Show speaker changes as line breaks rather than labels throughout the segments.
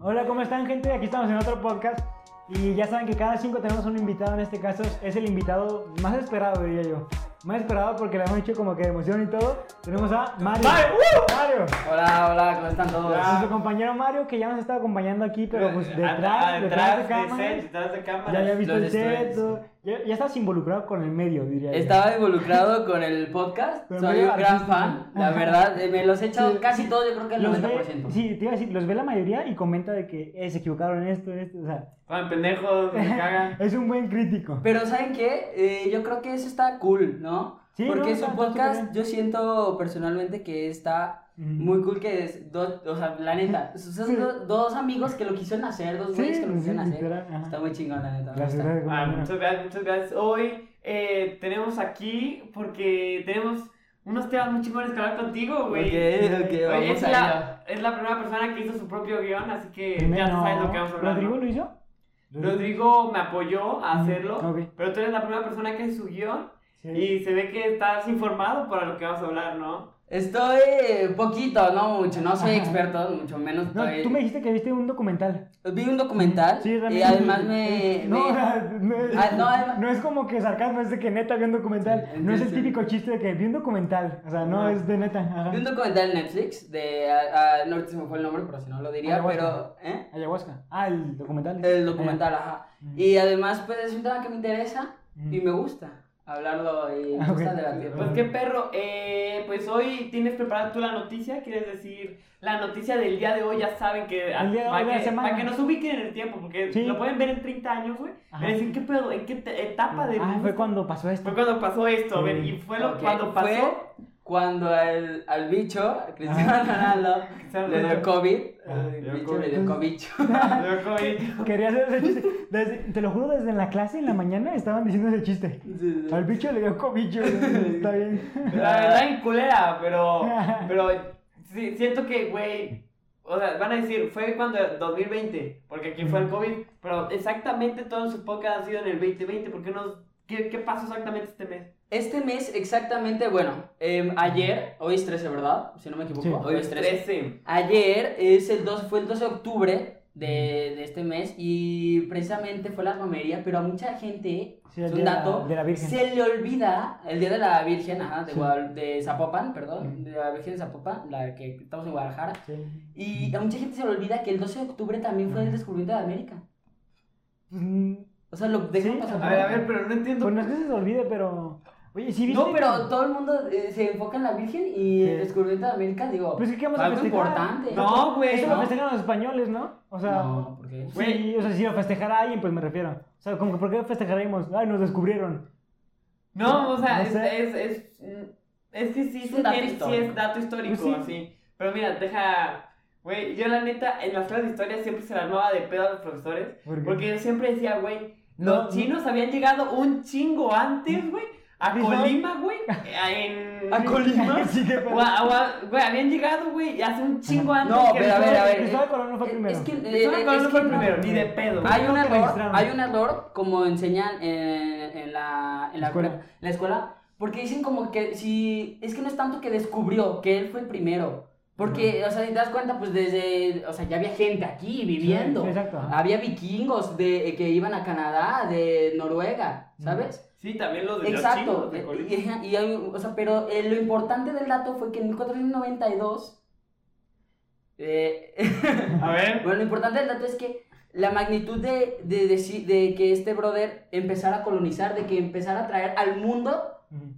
Hola, ¿cómo están, gente? Aquí estamos en otro podcast. Y ya saben que cada cinco tenemos un invitado. En este caso es el invitado más esperado, diría yo. Más esperado porque le hemos hecho como que de emoción y todo. Tenemos a Mario.
Mario,
Mario.
Hola, hola, Eh, ¿cómo están todos?
Y su compañero Mario, que ya nos está acompañando aquí, pero pues detrás,
Ah,
detrás de
de
cámaras.
set, detrás de cámaras.
ya había visto
los
el set,
estudiantes.
todo. ya, ya estás involucrado con el medio, diría yo.
Estaba involucrado con el podcast,
Pero
soy
medio
un gran
artístico.
fan, la verdad, eh, me los he echado
Sí.
casi todos, yo creo que el
Los ve,
90%.
sí, te iba a decir, los ve la mayoría y comenta de que eh, se equivocaron en esto, en esto, o sea,
Juan, pendejos, me cagan.
es un buen crítico.
Pero ¿saben qué? Eh, yo creo que eso está cool, ¿no?
Sí, no,
Porque es
está-
un
está súper
podcast,
bien.
yo siento personalmente que está
Ujú.
muy cool que es, dos, o sea, la neta, son
Sí.
do- dos amigos que lo quisieron hacer, dos güeyes que lo
sí,
quisieron hacer.
literal, ajá.
Está muy chingón, la neta. me
Gracias,
gusta.
gracias,
Ah,
compañero.
muchas gracias, muchas gracias. Hoy eh, tenemos aquí porque tenemos unos temas muy chingones que hablar contigo, güey.
Ok, ok,
Oye,
vamos
es,
a
la, es la primera persona que hizo su propio guión, así que
Primero,
ya no sabes lo que vamos a hablar.
¿Rodrigo
¿no?
lo hizo?
Rodrigo me apoyó a hacerlo,
Ah, ok.
pero tú eres la primera persona que hizo su guión
Sí.
y se ve que estás informado para lo que vamos a hablar, ¿no?
Estoy eh, poquito, no mucho, no soy
Ajá.
experto, mucho menos.
No,
estoy-
tú me dijiste que viste un documental.
Vi un documental
Sí,
y
realmente.
además me...
No,
me-
o sea, no, es,
Ah, no, además-
no es como que sarcasmo, es de que neta vi un documental.
Sí,
no es el
sí.
típico chiste de que vi un documental. O sea, no,
No.
es de neta. ajá.
Vi un documental en Netflix de. ah, ah, no ahorita se me fue el nombre, pero si no lo
Ah,
diría,
Ayahuasca.
pero. ¿eh?
Ayahuasca. Ah, el documental.
El documental, ajá.
Mm.
Ujú.
Y además, pues es un tema que me interesa y
Ujú.
me gusta hablarlo y me
Ah,
gusta
ok.
debatirlo.
Pues qué perro, eh, pues hoy tienes preparada tú la noticia, quieres decir, la noticia del día de hoy, ya saben que
El día de
para,
hoy de la
que
semana.
para que nos ubiquen en el tiempo, porque
Sí.
lo pueden ver en 30 años, güey.
Ajá.
Van a decir, ¿qué pedo? ¿En qué te- etapa de
Ah, fue cuando pasó esto.
Fue cuando pasó esto,
Sí.
a ver, y fue lo,
Ok,
cuando pasó. Ah.
Fue cuando al, al bicho, a Cristiano Ronaldo,
Cristiano
le dio
Ronaldo.
COVID.
Ah,
El
le dio
bicho
COVID.
le dio cobicho.
Loco, güey.
Quería hacer ese chiste. Desde- te lo juro, desde la clase en la mañana estaban diciendo ese chiste.
Sí, sí.
Al bicho le dio cobicho. Está bien.
La verdad en culera, pero, pero sí, siento que, güey, o sea, van a decir, fue cuando 2020, porque aquí fue el COVID, pero exactamente todos sus podcasts han sido en el 2020, porque nos, ¿qué, qué pasó exactamente este mes?
Este mes, exactamente, bueno, em, ayer, hoy es 13, ¿verdad? Si no me equivoco,
Sí.
hoy es 13.
13.
Ayer es el 2, fue el 12 de octubre de, de este mes y precisamente fue la romería, pero a mucha gente, ¿eh?
Sí, el
es
día
un
de la-
dato,
de la Virgen.
se le olvida el Día de la Virgen, ajá, de,
Sí.
Guadal- de Zapopan, perdón,
Ujú.
de la Virgen de Zapopan, la que estamos en Guadalajara.
Sí.
Y a mucha gente se le olvida que el 12 de octubre también fue el descubrimiento de América.
Mm,
O sea, lo dejan
Sí,
pasar.
A ver, a ver, pero no entiendo.
Pues no es que se te olvide, pero. Oye, sí, viste.
No, pero todo el mundo eh, se enfoca en la Virgen y
Sí.
el descubrimiento de América, digo,
Pues es que vamos a
algo
festejar.
importante.
No, güey.
Eso
no.
lo festejan los españoles, ¿no? O sea.
No, ¿por qué?
Sí, o sea, si lo festejara alguien, pues me refiero. O sea, como que ¿por qué festejaríamos? Ay, nos descubrieron.
No, o sea,
No
es,
sé.
es, es, mm, es que sí,
Es
se
un dato
tiene- sí
histórico.
es dato histórico,
Pues sí.
así. Pero mira, deja. Güey, yo la neta, en las clases de historia siempre se la armaba de pedo a los profesores.
¿Por qué?
Porque yo siempre decía, güey,
No,
los
no.
chinos habían llegado un chingo antes, güey, a
Sí, ¿sabes?
Colima, güey. a- En.
¿A Colima?
sí, qué
O a- o a- Güey, habían llegado, güey, hace un chingo antes.
No,
que
pero a
nosotros.
ver, a ver.
Cristóbal Colón no fue
Eh,
primero.
Es que, eh,
Cristóbal
eh,
Colón
es
no fue
que
el primero, ni de pedo. güey.
Hay un
Creo que
error,
registraron.
hay un error como enseñan en, en la, en la
Escuela.
prepa- en la escuela, porque dicen como que si es que no es tanto que descubrió que él fue el primero, porque o sea, si te das cuenta pues desde, o sea, ya había gente aquí viviendo. Ah,
Sí, exacto.
Había vikingos de que iban a Canadá, de Noruega, ¿sabes?
Sí, también los de los
Exacto.
chinos de Colima.
Y- y- y hay- o sea, pero eh, lo importante del dato fue que en 1492 eh,
A ver.
Bueno, lo importante del dato es que la magnitud de, de, deci- de que este brother empezara a colonizar, de que empezara a traer al mundo
Ujú.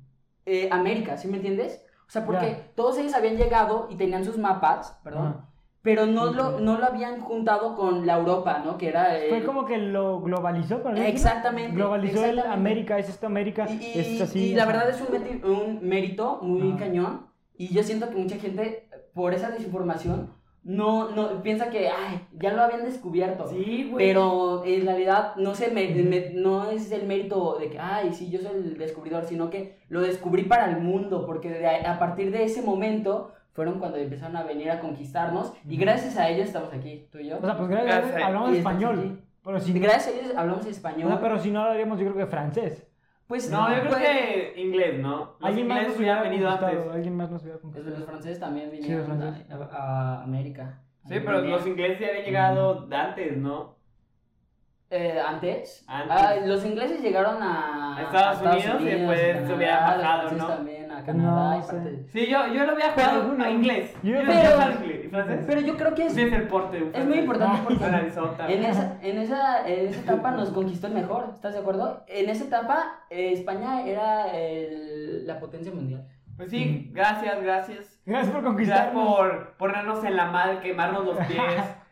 eh, América, ¿sí me entiendes? O sea, porque
Ya.
todos ellos habían llegado y tenían sus mapas, perdón,
Ajá.
pero no lo, no lo habían juntado con la Europa, ¿no? Que era... eh,
Fue como que lo globalizó, ¿no?
Exactamente,
Globalizó el
exactamente.
América, es esto América,
y,
es
y-
así.
y la
ajá.
verdad es un, meti- un mérito muy
Ajá.
cañón y yo siento que mucha gente, por esa desinformación, no, no piensa que, ay, ya lo habían descubierto.
Sí, güey.
Pero en realidad no, se me, me- no es el mérito de que, ay, sí, yo soy el descubridor, sino que lo descubrí para el mundo, porque de a, a partir de ese momento fueron cuando empezaron a venir a conquistarnos y
Ujú.
gracias a ellos estamos aquí, tú y yo.
O sea, pues gracias,
Gracias.
hablamos
Y estamos
español.
aquí.
Pero si
Y
no,
gracias a ellos hablamos
o
español.
sea, pero si no hablaríamos, yo creo que francés.
pues
No, yo creo
pues,
que inglés, ¿no? Los
Alguien más
ingleses
nos hubiera
¿eh?
hubieran venido
conquistado.
antes.
Alguien más nos hubiera
Los, los
conquistado.
franceses también
Sí, los
vinieron a-
franceses.
a, a América.
Sí, pero los ingleses ya habían llegado antes, ¿no?
Eh, ¿Antes?
Antes.
Ah, los ingleses llegaron a,
A Estados Unidos y después
a
se hubieran
Canadá,
bajado,
después
¿no?
también a Canadá
No
y
sé.
parte de-
Sí, yo, yo lo había jugado
Alguno.
a inglés.
Yo-
Yo lo
Pero-
había jugado a inglés. ¿Y francés?
Pero yo creo que es,
Sí, es el porte.
es muy
Ah.
importante porque en
porque...
esa, en, esa, en esa etapa nos conquistó el mejor, ¿estás de acuerdo? En esa etapa eh, España era el- la potencia mundial.
Pues sí, gracias, gracias.
Gracias por
Gracias
conquistarnos.
por ponernos en la madre, quemarnos los pies.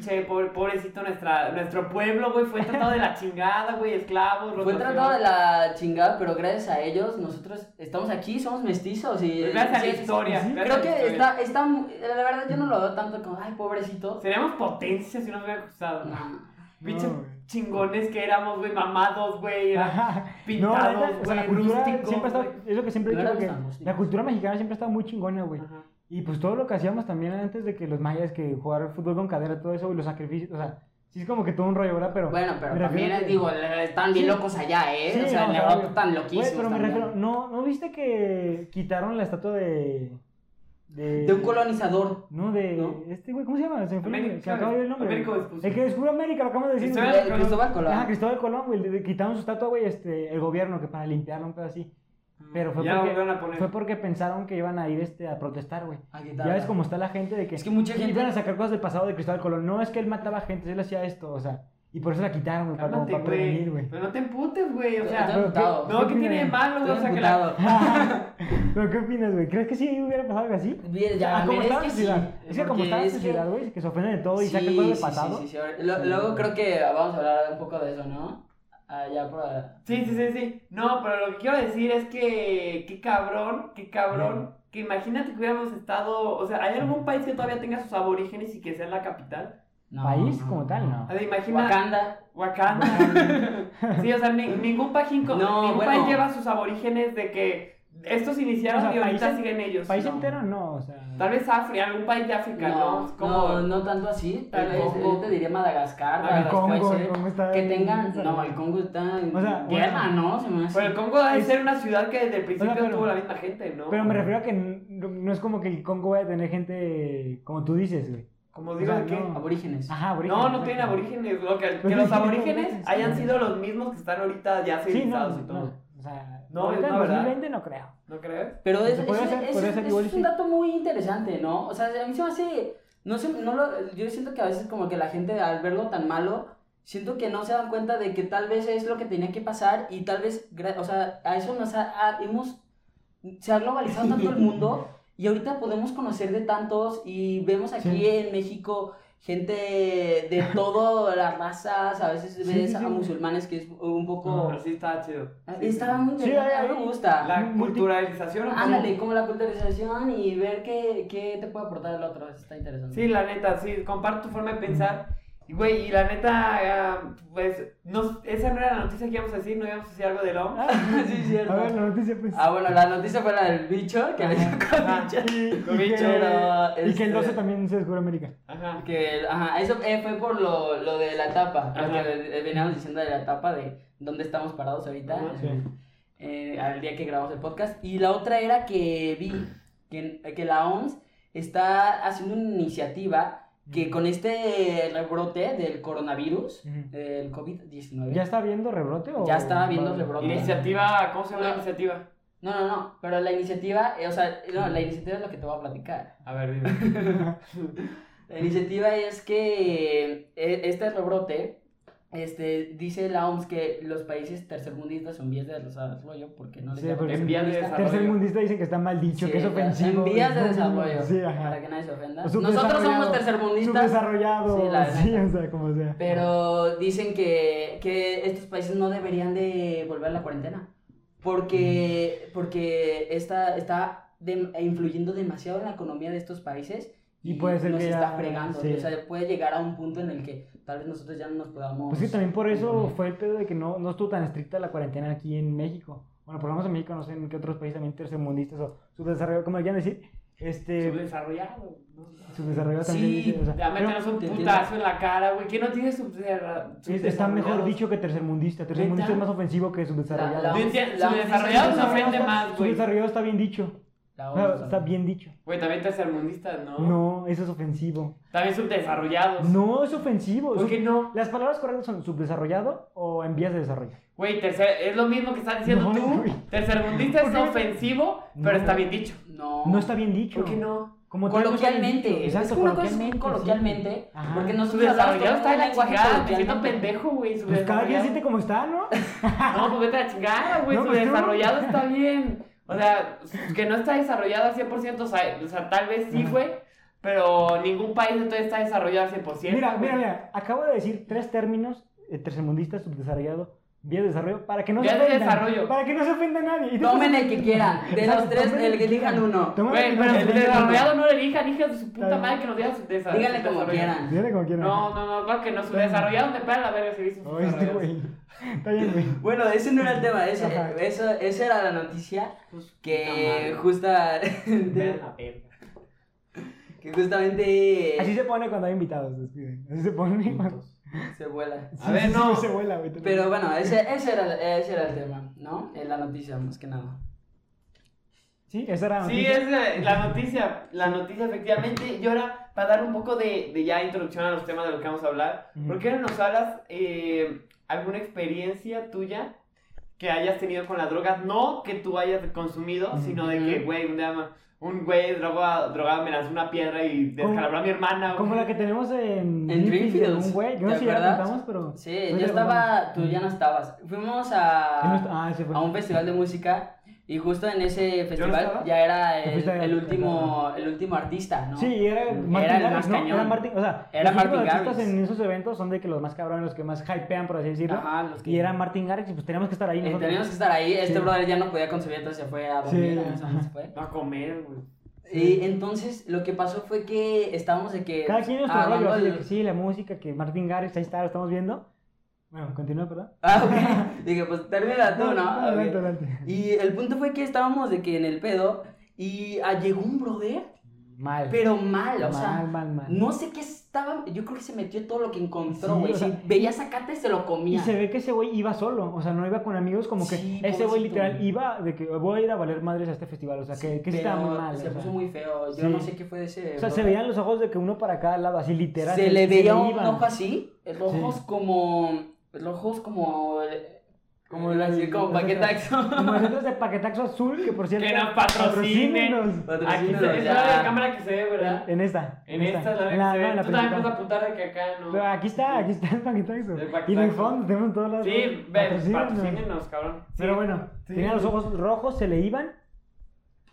Che, pobre- pobrecito, nuestra, nuestro pueblo, güey, fue tratado de la chingada, güey, esclavos.
Fue
rotación.
tratado de la chingada, pero gracias a ellos nosotros estamos aquí, somos mestizos y...
Pues Gracias a la
sí, es-
historia.
sí,
gracias a
Creo
la
que
historia.
está, está, mu- la verdad yo no lo veo tanto como, ay, pobrecito.
Seríamos potencia si no nos hubiera gustado.
No.
Bichos
No, güey.
chingones que éramos, güey, mamados, güey. era-
Ajá.
pintados,
la neta, o sea, la
güey,
cultura
rústicos,
siempre ha estado-
güey.
es lo que siempre he
No
dicho,
éramos
que
tan rústicos.
la cultura mexicana siempre ha estado muy chingona, güey.
Ajá.
Y pues todo lo que hacíamos también antes de que los mayas, que jugar fútbol con cadera, todo eso, y los sacrificios, o sea, sí es como que todo un rollo, ¿verdad? Pero
Bueno, pero
me refiero
también,
a que-
digo, le- están bien
Sí.
locos allá, ¿eh?
Sí,
o
no,
sea, en
o sea,
Europa
obvio.
están
Güey,
loquísimos
pero me
también.
refiero, ¿no, ¿no viste que quitaron la estatua de... De,
De un colonizador.
No, de...
¿no?
este güey, ¿cómo se llama? Se me fue el
Américo-
nombre, se me acaba de ir el nombre.
Américo Vespucio.
el que descubrió América, lo acabamos de decir. güey.
Cristóbal
Eh,
Colón.
Cristóbal Colón.
Ajá, Ah, Cristóbal Colón, güey, le- le quitaron su estatua, güey, este, el gobierno, que para limpiarlo, un pedo así. Pero fue
Ya lo
porque,
volvieron a poner.
fue porque pensaron que iban a ir este, a protestar, güey.
Ah, ¿qué tal?
Ya ves cómo está la gente de que...
Es que mucha
Y
gente...
Iban a sacar cosas del pasado de Cristóbal Colón. No es que él mataba gente, él hacía esto, o sea. Y por eso la quitaron, güey, para, como
Cálmate,
para prevenir,
güey.
güey.
Pero no te emputes, güey. O
Estoy
sea,
emputado.
Ah, no, ¿qué tiene de malo, güey? O
Estoy
sea, que la.
emputado.
¿Pero qué opinas, güey? ¿Crees que sí hubiera pasado algo así?
Bien, ya,
Ah, como
mira,
estaba en
es que sí.
sociedad. Es que como
porque
estaba en
es que-
sociedad, güey, que se ofenden de todo y
Sí,
sacan cosas del
sí,
pasado.
sí, sí, sí. Ahora- lo- Luego creo que vamos a hablar un poco de eso, ¿no? Allá por...
Sí, sí, sí, sí. No, pero lo que quiero decir es que. Qué cabrón, qué cabrón. Que imagínate que hubiéramos estado. O sea, ¿hay algún país que todavía tenga sus aborígenes y que sea la capital?
No,
País
no,
como tal, no.
A ver, imagina.
Wakanda.
Wakanda. sí, o sea, ni- ningún, pajín con-
No,
ningún
bueno.
país lleva sus aborígenes de que estos iniciaron
O sea,
y ahorita
países-
siguen ellos.
País
No.
entero no, o sea.
Tal vez África, algún país de África, ¿no?
No,
Como-
no, no tanto así. Tal
El
vez
Congo.
yo te diría Madagascar.
El
Ah, el
Madagascar,
Congo,
sí.
¿cómo está?
Que tengan. No, el Congo está en
O sea,
guerra,
bueno.
¿no? Se me hace.
Pero el Congo debe ser una ciudad que desde el principio
pero-
tuvo la misma gente, ¿no?
Pero me refiero a que no, no es como que el Congo vaya a tener gente, como tú dices, güey.
Como digo,
o sea,
¿de qué?
no.
Aborígenes.
Ajá, aborígenes.
No, no tienen
exacto.
aborígenes. Lo que, que
tienen
los
aborígenes, sí.
aborígenes hayan sido los mismos que están ahorita ya
Sí,
civilizados
no,
y todo.
no. O sea,
No,
ahorita
es
en
una verdad.
2020 no creo.
¿No crees?
Pero es,
Podría
es-
ser-
es-
podría ser
es-
igual y
es
sí.
un dato muy interesante, ¿no? O sea, a mí se me hace. No sé, no lo, yo siento que a veces, como que la gente al verlo tan malo, siento que no se dan cuenta de que tal vez es lo que tenía que pasar y tal vez, gra- o sea, a eso nos ha, a- hemos. Se ha globalizado tanto el mundo y ahorita podemos conocer de tantos y vemos aquí
Sí.
en México gente de todas las razas, a veces
Sí,
ves
sí,
a
sí.
musulmanes que es un poco...
Así está chido. Sí,
Ah, Está
sí.
muy
Sí,
interesante,
ahí-
a mí me gusta.
La
Multi-
culturalización. ¿o cómo?
Ándale, como la culturalización y ver qué, qué te puede aportar el otro, eso está interesante.
Sí, la neta, sí, comparto tu forma de pensar. Y, güey, y la neta, ah, pues, no, esa no era la noticia que íbamos a decir, no íbamos a decir algo de la
Ah.
sí, es cierto.
A ver, la noticia pues.
Ah, bueno, la noticia fue la del bicho, que había con bicho.
Y- y
Con
que-
bicho,
pero,
Y que el
este-
12 también se descubrió América.
Ajá.
Que, ajá, eso eh, fue por lo, lo de la tapa, lo
Ajá.
que eh, veníamos diciendo de la tapa, de dónde estamos parados ahorita,
Ajá,
sí.
eh, al día que grabamos el podcast. Y la otra era que vi que, que la OMS está haciendo una iniciativa que con este rebrote del coronavirus,
Ujú.
el COVID-19,
¿Ya está viendo rebrote o.?
Ya está habiendo
va-
rebrote.
Iniciativa, ¿cómo se llama la
No.
iniciativa?
No, no, no, pero la iniciativa, eh, o sea, no, la iniciativa es lo que te voy a platicar.
A ver, dime.
La iniciativa es que eh, este rebrote, este, dice la OMS que los países tercermundistas son vías de desarrollo porque no les
Sí,
llaman
porque-
En vías de
tercermundistas.
desarrollo.
Tercer mundista dicen que está mal dicho,
Sí,
que es ofensivo.
En vías de
güey.
desarrollo,
Sí,
para
ajá.
que nadie se ofenda.
O
Nosotros somos
subdesarrollado,
tercermundistas,
Subdesarrollado.
Sí, la
Sí, o sea, como sea.
pero dicen que, que estos países no deberían de volver a la cuarentena
Mm.
porque, porque esta, está de- influyendo demasiado en la economía de estos países
Y puede ser
nos
que ya-
está fregando.
sí.
O sea, puede llegar a un punto en el que tal vez nosotros ya no nos podamos.
Pues que también por eso
componer.
fue el pedo de que no, no estuvo tan estricta la cuarentena aquí en México. Bueno, por lo menos en México, no sé en qué otros países también tercermundistas o subdesarrollados, como le quieran decir. Este,
Subdesarrollado. ¿no?
subdesarrollado
Sí,
también. dice, o sea,
Ya
pero
métenos un
Te
putazo en la cara, güey. ¿Quién no tiene subdesarrollado?
es- está mejor dicho que tercermundista. Tercermundista es más ofensivo que subdesarrollado.
La- la-
Subdesarrollados
la-
nos
la-
ofende más, güey.
Subdesarrollado está bien dicho.
La ONU
No,
también.
está bien dicho.
Güey, también tercermundistas, ¿no? Pues
No, eso es ofensivo.
También subdesarrollados.
No, es ofensivo.
¿Por qué no?
Las palabras correctas son subdesarrollado o en vías de desarrollo.
Güey, tercer, es lo mismo que estás
No,
diciendo tú.
güey.
Tercermundista
¿Por
es
qué no?
ofensivo,
No.
pero está bien dicho.
No.
No está bien dicho.
¿Por qué no?
Como tal, no está bien dicho.
Coloquialmente.
Exacto,
es que una cosa es
coloquialmente. sí.
coloquialmente.
Ajá.
Porque nosotros hablamos
Subdesarrollado
todo
está
el
en la
lenguaje
chingada. Me siento
coloquialmente.
pendejo, güey.
Pues cada quien
subdesarrollado.
siente como está, ¿no?
No, pues vete a la chingada, güey.
No,
su
pues tú.
desarrollado está bien. O sea, que no está desarrollado al 100%, o sea, o sea, tal vez sí,
Ajá.
güey. Pero ningún país entonces está desarrollado al 100%.
Mira, mira,
güey.
mira. Acabo de decir tres términos: eh, tercermundista, subdesarrollado, vías de desarrollo, para que no
Vías
se
de
ofenda.
desarrollo.
Para que no se ofenda a nadie. Y tú-
Tomen el que quieran. De los
Exacto,
tres,
tomen
el que elijan
quieran.
uno.
Tomen el
Güey,
que
pero
quieran.
el desarrollado no le elija, elija de su
Está
puta
bien.
madre que nos diga su desarrollo.
Díganle como quieran.
Dile como quieran.
No, no, no, claro que no. Su
Está bien.
desarrollado te pega la verga si dices.
Ay, este güey. Está bien, güey.
Bueno, ese no era el tema. Ese,
Ajá.
eso, esa era la noticia Pues, que,
puta madre.
justa,
Vean la verga.
que justamente
Así se pone cuando hay invitados, despiden. Así se pone cuando.
se vuela.
Sí,
A ver,
sí,
no.
sí, se vuela, güey. te lo
Pero
digo.
bueno, ese, ese, era, ese era el tema, ¿no? Eh, La noticia, más que nada.
Sí, esa era. la
Sí,
noticia.
es eh, la noticia, la noticia efectivamente. Y ahora, para dar un poco de, de ya introducción a los temas de los que vamos a hablar,
Ujú.
¿por qué no nos hablas eh, alguna experiencia tuya que hayas tenido con las drogas? No que tú hayas consumido,
Ujú.
sino de que,
Ujú.
güey, un, día ma- un güey drogado, drogado me lanzó una piedra y descalabró a mi hermana. güey.
Como la que tenemos en.
En
de
Dreamfields.
un güey. que
¿Te
No sé si ya la
acuerdas?
contamos, pero.
Sí,
Ahorita
yo
la
estaba,
contamos.
tú ya no estabas. Fuimos
Él no está-
a,
Ah, ese fue.
a un festival de música y justo en ese festival
estaba?
ya era
Te
el,
fuiste a-
el último, el último artista, ¿no?
Sí, y era
Era
Martin
el
Garrix,
más
¿no?
cañón.
Era Martin, o sea,
Era
los
Martin
únicos artistas
Garrix.
en esos eventos son de que los más cabrones, los que más hypean, por así decirlo.
Ajá, los que-
Y era Martin Garrix y pues teníamos que estar ahí
Eh,
nosotros.
teníamos que estar ahí, este
Sí.
brother ya no podía concebir, entonces se fue a dormir,
Sí,
a no sé dónde se fue.
A comer, güey.
Y entonces lo que pasó fue que estábamos de que...
Cada quien en nuestro
hablando
rollo, así de
de-
que sí, la música, que Martin Garrix, ahí está, lo estamos viendo. Bueno, continúa, perdón.
Ah, ok. Dije, pues termina tú, ¿no? Ok.
Adelante, adelante.
Y el punto fue que estábamos de que en el pedo y ah, llegó un brother,
Mal.
pero mal, o sea,
mal, mal, mal.
no sé qué estaba, yo creo que se metió todo lo que encontró,
Sí,
güey.
o sea,
si veía sacate se lo
Y
comía.
se ve que ese güey iba solo, o sea, no iba con amigos, como que
Sí,
ese güey
pobrecito.
literal iba de que voy a ir a valer madres a este festival, o sea, que, que sí
Pero
estaba muy mal.
Se
o sea.
puso muy feo, yo
Sí.
no sé qué fue de ese.
O sea, se
brother.
veían los ojos de que uno para cada lado, así literal.
Se le veía un
iban.
ojo así, el ojos
Sí.
como. El ojos como. Como
el-
así, como
el-
paquetaxo.
Como nosotros de paquetaxo azul, que por cierto.
Que nos patrocinen.
patrocínenos.
Aquí
Patrocínanos
está, es
ya.
la cámara que se ve, ¿verdad?
En esta.
En esta es la
en
que se
no,
ve.
en la
Tú también puedes
principal.
apuntar de que acá, ¿no?
Pero ah, aquí está, aquí está el paquetaxo.
El
Y en el
paquetaxo.
fondo tenemos todos lados.
Sí, ven,
Patrocínenos.
patrocínenos, cabrón. Sí.
Pero bueno,
Sí.
tenía los ojos rojos, se le iban.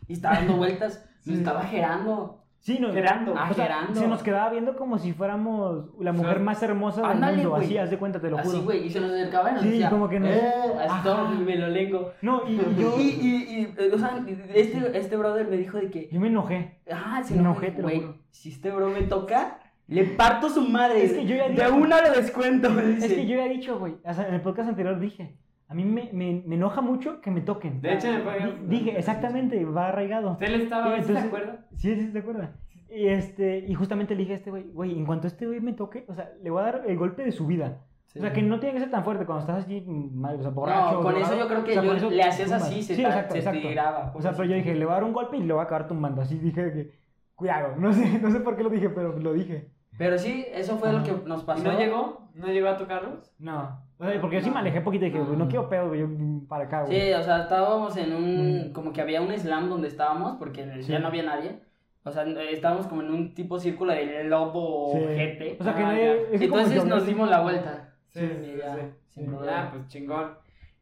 Y estaba dando vueltas,
Sí.
nos estaba gerando.
Sí, nos,
Gerando.
Ah,
o sea,
gerando.
se nos quedaba viendo como si fuéramos la mujer
Sí.
más hermosa del
Ándale,
mundo.
güey.
Así, haz de cuenta, te lo juro.
Así, güey, y se nos acercaba y nos
Sí,
decía.
como que nos-
"Eh", así
Ajá.
todo me lo lengo.
No, y, y
Y,
yo,
y, y, eh, o sea, este, este brother me dijo de que.
yo me enojé.
Ah, se
Me
enojó,
enojé, te lo
güey.
juro.
Si este bro me toca, le parto su madre.
Es que yo ya
de
dije-
una le descuento. me
Es
dice.
que yo ya he dicho, güey, o sea, en el podcast anterior dije, a mí me, me, me enoja mucho que me toquen.
De hecho, en el podcast-
Di- Dije, exactamente, va arraigado.
Usted le
Y
estaba, ¿sí ¿se
entonces-
acuerda?
Sí, sí, ¿te acuerdas? Y, este, y justamente le dije a este güey, güey, en cuanto este güey me toque, o sea, le voy a dar el golpe de su vida.
Sí.
O sea, que no tiene que ser tan fuerte cuando estás allí, mal, o sea, borracho.
No, con
drogado.
eso yo creo que
O sea,
yo
con eso
le hacías
tumbas.
así, se,
Sí,
ta-
exacto,
se
exacto.
tiraba. pues.
O sea, pero yo dije, le voy a dar un golpe y le voy a acabar tumbando. Así dije que, cuidado, no sé, no sé por qué lo dije, pero lo dije.
Pero sí, eso fue lo
Ajá.
que nos
¿Y
pasó.
no llegó? ¿No llegó a tocarlos?
No. O sea, porque yo sí me alejé poquito y dije, güey, no quiero pedo, güey, yo mm, para acá, güey.
Sí, o sea, estábamos en un.
Mm.
Como que había un slam donde estábamos, porque en el-
Sí.
ya no había nadie. O sea, eh, estábamos como en un tipo círculo de lobo
Sí.
gente.
O sea, que
Ah,
nadie-
ya.
es que como
Entonces
yo-
nos dimos la vuelta.
Sí,
Y
sí,
ya,
sí.
sin
Ah,
problema.
pues chingón.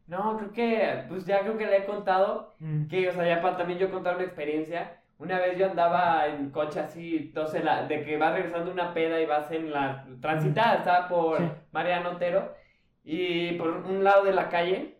No, creo que, pues ya creo que le he contado
Mm.
que, o sea, ya para también yo contar una experiencia. Una vez yo andaba en coche así, entonces la, de que vas regresando una peda y vas en la transitada, estaba por
Sí.
Mariano Otero y por un lado de la calle,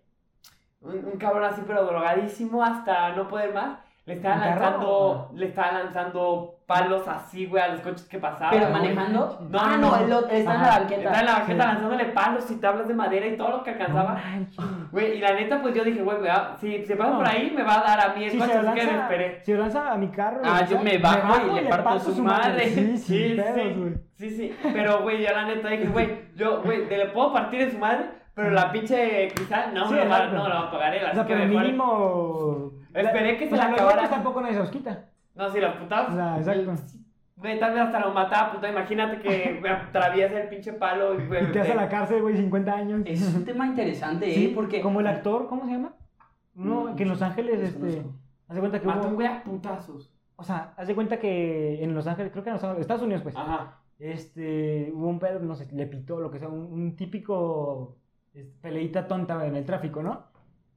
un, un cabrón así pero drogadísimo hasta no poder más, le estaban
¿Un carro?
lanzando,
Ah.
le estaban lanzando palos así, güey, a los coches que pasaban.
Pero
güey.
manejando.
No, no,
ah, no,
no.
el otro, está en la
Ajá.
banqueta.
Estaba en la banqueta
Sí.
lanzándole palos y tablas de madera y todo lo que
No
alcanzaba.
manches.
Güey, y la neta, pues yo dije, güey, me va- si se pasa
No.
por ahí, me va a dar a mí el
Si
coche,
se
así que me
lanza,
esperé.
si lanza a mi carro.
Ah,
o sea,
yo me bajo y le parto su madre.
Sí, sí,
sí,
pedos, güey.
sí, sí. Pero, güey, yo la neta dije, güey, yo, güey, te le puedo partir en su madre, Pero la pinche cristal, no,
Sí,
no, la-
exacto.
no, la pagaré. La
O sea,
que
pero
mejor-
mínimo.
Esperé que se
o sea,
la
los
acabara.
golpes tampoco nadie se los quita.
No, si la puta.
O sea, exacto.
Güey, tal vez hasta lo mataba, puta. Imagínate que me atraviesa el pinche palo y, güey.
Y te vas a la cárcel, güey, 50 años.
Ese es un tema interesante, ¿eh?
Sí,
Porque.
Como el actor, ¿cómo se llama? No,
Mm,
que en Los Ángeles, este.
desconozco.
Hace cuenta que
Mató un
hubo.
güey a putazos.
O sea, hace cuenta que en Los Ángeles, creo que en Los Ángeles, Estados Unidos, pues.
Ajá.
Este, hubo un pedo, no sé, le pitó, lo que sea, un, un típico este, peleita tonta en el tráfico, ¿no?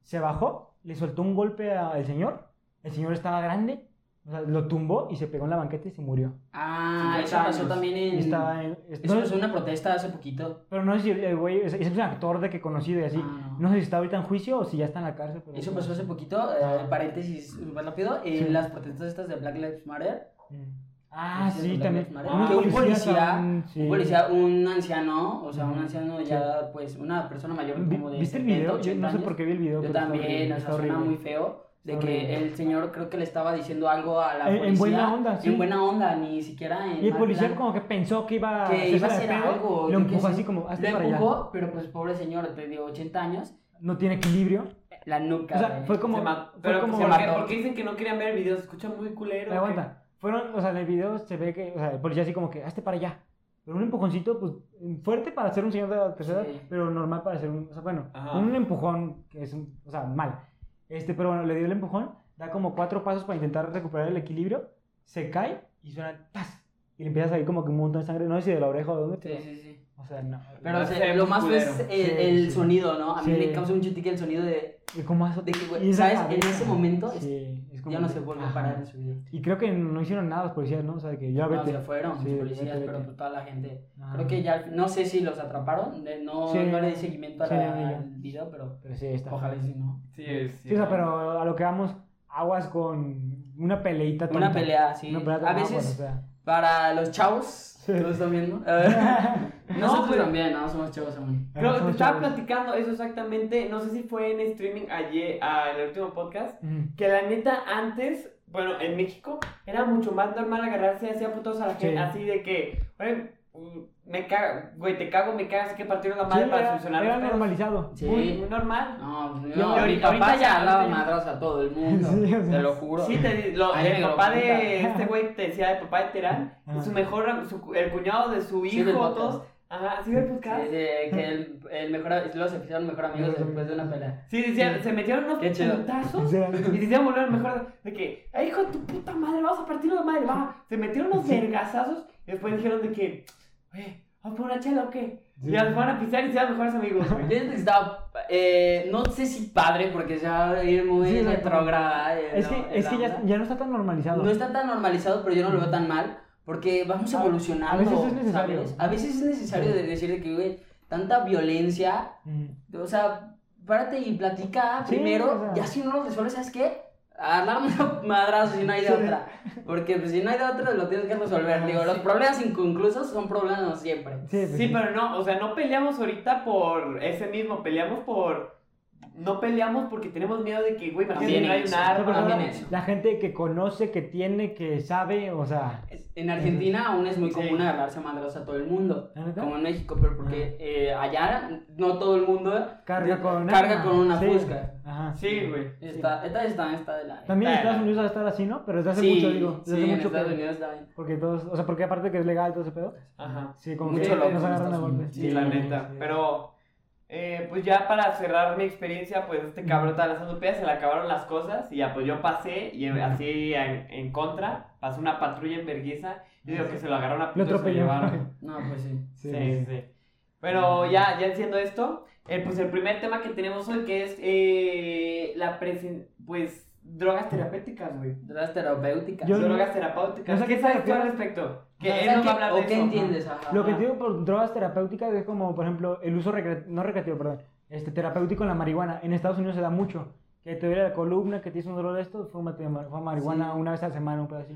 Se bajó, le soltó un golpe a- al señor, el señor estaba grande, o sea, lo tumbó y se pegó en la banqueta y se murió.
Ah,
50
eso pasó
años.
también en.
Y estaba en-
Eso
no-
pasó en una protesta hace poquito.
pero no sé si el güey, es, es un actor de que conocido y así,
Ah, no.
no sé si está ahorita en juicio o si ya está en la cárcel. pero-
Eso pasó hace poquito, eh, paréntesis súper rápido, en
Ah. Sí.
las protestas estas de Black Lives Matter.
Mm. Ah,
Sí,
sí,
Black
también.
Lives Matter.
Ah,
Que un policía-
también, sí.
Un policía, un anciano, o sea, un
Ujú.
anciano
Eh, Sí.
ya, pues, una persona mayor
Vi-
como de
¿Viste el
70,
video? Yo
80
no sé
años.
por qué vi el video.
Yo
pero está
también,
horrible,
o sea,
está
suena
horrible.
muy feo. De
Está
que
horrible.
el señor creo que le estaba diciendo algo a la
En- en
policía.
buena onda, sí.
En buena onda, ni siquiera en
Y el
mal
policía
plan.
como que pensó que iba
que
hacerse
iba a hacer
la de pedo,
algo.
Lo
yo qué
empujó
sé.
así como, hazte
Lo
para allá.
empujó, pero pues pobre señor, te dio 80 años,
No tiene equilibrio.
la nuca.
O sea,
güey.
fue como...
Se ma-
fue
Pero
como-
se mató.
mató.
Porque dicen que no querían ver el video. Se escucha muy culero.
Pero aguanta. Fueron, o sea, en el video se ve que, o sea, el policía así como que, hazte para allá. Pero un empujoncito, pues, fuerte para ser un señor de la tercera
Sí.
pero normal para ser un, o sea, bueno,
Ajá.
un empujón que es un, o sea, mal. Este, pero bueno, le dio el empujón, da como cuatro pasos para intentar recuperar el equilibrio, se cae y suena, ¡tas! Y le empieza a salir como que un montón de sangre, no sé si de la oreja o de dónde,
Sí,
pero-
sí, sí.
o sea, no.
Pero o sea,
Hace
lo más fue
culero.
es el,
Sí,
el
sí.
sonido, ¿no? A mí
Sí.
me causa un chutique el sonido de,
¿Y cómo hace-
de que,
y
güey,
esa
¿sabes? En
cabeza,
ese momento es-
sí, es como "Ah".
ya no
que-
se vuelve a
ajá.
parar en su vida.
Y creo que no hicieron nada los policías, ¿no? O sea, de que ya
No,
Ah, vete. Ah,
se fueron
Sí,
los policías,
vete,
pero
vete.
pues toda la gente.
Ajá.
Creo que ya, no sé si los atraparon, eh, no,
Sí.
no le di seguimiento a
Sí,
la-
ya.
al video, pero
Pero sí, está.
ojalá y si no.
Sí, es-
Sí, o sea, pero a lo que vamos, aguas con una peleita
Una
tonta.
pelea, sí.
Una pelea
a
con aguas,
veces,
o sea.
para los chavos,
Sí.
que lo están viendo. eh, Nosotros
pero-
también, no, somos chavos aún.
Ah,
Pero te
somos
estaba
chavos.
platicando eso exactamente. No sé si fue en streaming ayer, ah, en el último podcast.
Mm.
Que la neta, antes, bueno, en México, era mucho más normal agarrarse así a putos a la
Sí.
gente. Así de que, güey, mm, me cago, güey, te cago, me cago, así que partieron la madre
Sí,
para
era,
solucionar
era
los pedos.
normalizado.
Sí. Ah,
Muy, muy normal.
No, yo,
Yo-
mi
ahorita-
papá
ahorita
ya
ya-
hablaba
ahorita ya-
madras a todo el mundo.
Sí, o sea,
te lo juro.
Sí, te, lo,
Ay,
el
pero
papá
puta.
de este güey te decía el papá de Terán,
Ah.
y su mejor, am- su- el cuñado de su
Sí, del
hijo,
podcast.
todos. Ajá, ¿sí del podcast?
Sí, de que el, el mejor, los se hicieron mejor amigos después de una pelea.
Sí, decían, se metieron unos
Qué chido.
putazos
Sí, era-
y decían volver mejor de que, "Ay, hijo de tu puta madre, vamos a partir de madre, va. Se metieron unos vergazazos y después dijeron de que, oye, vamos por una chela o qué.
Sí.
Y ya se van a pisar y se van mejores amigos, güey.
Yo siento que estaba, eh, no sé si padre, porque se va a ir muy
Sí, o sea,
retrógrada. eh,
Es
no,
que,
en
es
la
que ya,
onda.
ya no está tan normalizado.
No está tan normalizado, pero yo no lo veo tan mal, porque vamos
A- a
evolucionando.
veces es necesario.
¿sabes? A veces es necesario de decir de que, güey, tanta violencia
Mm.
O sea, párate y platica
Sí,
primero.
o sea.
Y así no lo resuelves, ¿sabes qué? Arlarme una madrazo si no hay de otra. Porque pues, si no hay de otra, lo tienes que resolver. Digo, los problemas inconclusos son problemas siempre.
Sí, pues
Sí, pero no, o sea, no peleamos ahorita por ese mismo, peleamos por. No peleamos porque tenemos miedo de que, güey, imagínate,
También
no hay
es.
un arma.
Pero
también
ahora,
eso.
La gente que conoce, que tiene, que sabe, o sea.
En Argentina aún es muy
Sí.
común agarrarse a madrazos a todo el mundo.
¿La neta?
Como en México, pero porque eh, allá no todo el mundo
Carga con
carga
arma.
con una
Sí.
fusca.
Ajá.
Sí, güey.
Está, esta, esta, esta de la.
También en
Claro.
Estados Unidos va a estar así, ¿no? Pero desde hace
sí,
mucho, digo. Desde
sí,
hace
en
mucho
Estados
que-
Unidos también.
Porque todos, o sea, porque aparte que es legal todo ese pedo.
Ajá.
Sí, como
Mucho
que
loco
nos
en
agarran a
Estados
golpes.
Unidos.
Sí, la neta.
sí.
Pero, eh, pues ya para cerrar mi experiencia, pues este cabrón estaba lanzando piedras, se le acabaron las cosas y ya pues yo pasé y en- así en, en contra, pasó una patrulla en vergüenza y digo que se lo agarraron a
Lo
putos y se
atropelló.
llevaron.
No, pues sí.
Sí, sí, sí. Pero ya, ya siendo esto, eh, pues el primer tema que tenemos hoy que es eh, la presen- pues drogas terapéuticas, güey.
Drogas terapéuticas.
Yo-
drogas terapéuticas.
No sé
¿Qué
qué
sabes tú al
terapia-
respecto?
O
Que
sea,
él
¿sabes
nos va a
qué-
hablar
¿O
de
qué
eso.
entiendes? Ajá.
Lo que digo por drogas terapéuticas es como, por ejemplo, el uso recre- no recreativo, perdón, este, terapéutico en la marihuana. En Estados Unidos se da mucho. Que te duele la columna, que tienes un dolor de esto, fúmate mar- fuma marihuana una vez a la semana, un pedo así.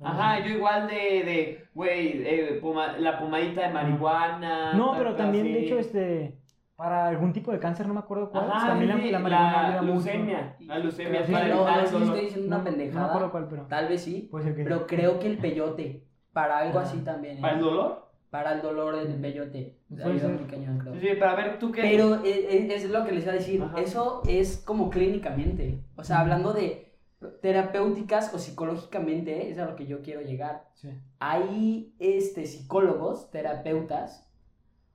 Ajá, yo igual de, de güey, eh, poma- la pomadita de marihuana.
No,
tal,
pero
tal,
también, de
así.
hecho, este, para algún tipo de cáncer, no me acuerdo cuál,
Ajá,
también
sí,
la, la
la,
marihuana ayuda mucho.
leucemia. La leucemia
Pero sí,
para
no,
evitar
no
el
sé si
dolor.
estoy diciendo
No,
una pendejada.
No me acuerdo cuál, pero
Tal vez sí.
puede ser que
Pero creo que el peyote. Para algo así también. ¿eh?
¿Para el dolor?
para el dolor del bellote.
Mm. Puede
Ayuda
ser.
muy cañón, creo.
Sí, sí, para ver tú qué.
Pero eh, eh, es lo que les iba a decir,
Ajá.
eso es como clínicamente, o sea, hablando de terapéuticas o psicológicamente, eh, es a lo que yo quiero llegar.
Sí.
Hay este, psicólogos, terapeutas,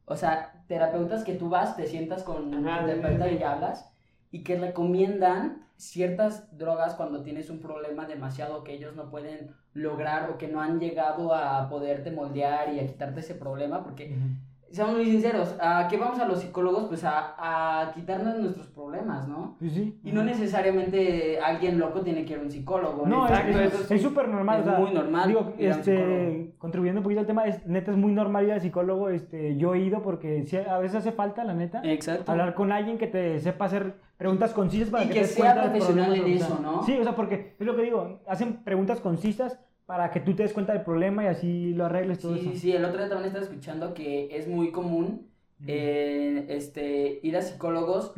o sea, terapeutas que tú vas, te sientas con un
Ajá, sí,
terapeuta
sí, sí.
y hablas, y que recomiendan ciertas drogas cuando tienes un problema demasiado que ellos no pueden lograr o que no han llegado a poderte moldear y a quitarte ese problema, porque seamos muy sinceros, ¿a qué vamos a los psicólogos? Pues a, a quitarnos nuestros problemas, ¿no?
Pues sí.
Y no necesariamente alguien loco tiene que ir a un psicólogo.
No,
neta.
Exacto,
es-
eso
es-
es-
es súper normal.
es
o sea,
muy normal
Digo,
ir a un
este,
psicólogo.
contribuyendo un poquito al tema, es, neta es muy normal ir al psicólogo. Este, yo he ido porque sí, a veces hace falta, la neta,
Exacto.
hablar con alguien que te sepa hacer preguntas concisas para
Y
que,
que
te des
sea
cuenta del
profesional
problema,
en
o sea,
eso, ¿no?
Sí, o sea, porque es lo que digo, hacen preguntas concisas para que tú te des cuenta del problema y así lo arregles todo
Sí,
eso.
sí, el otro día también estaba escuchando que es muy común
Mm.
eh, este, ir a psicólogos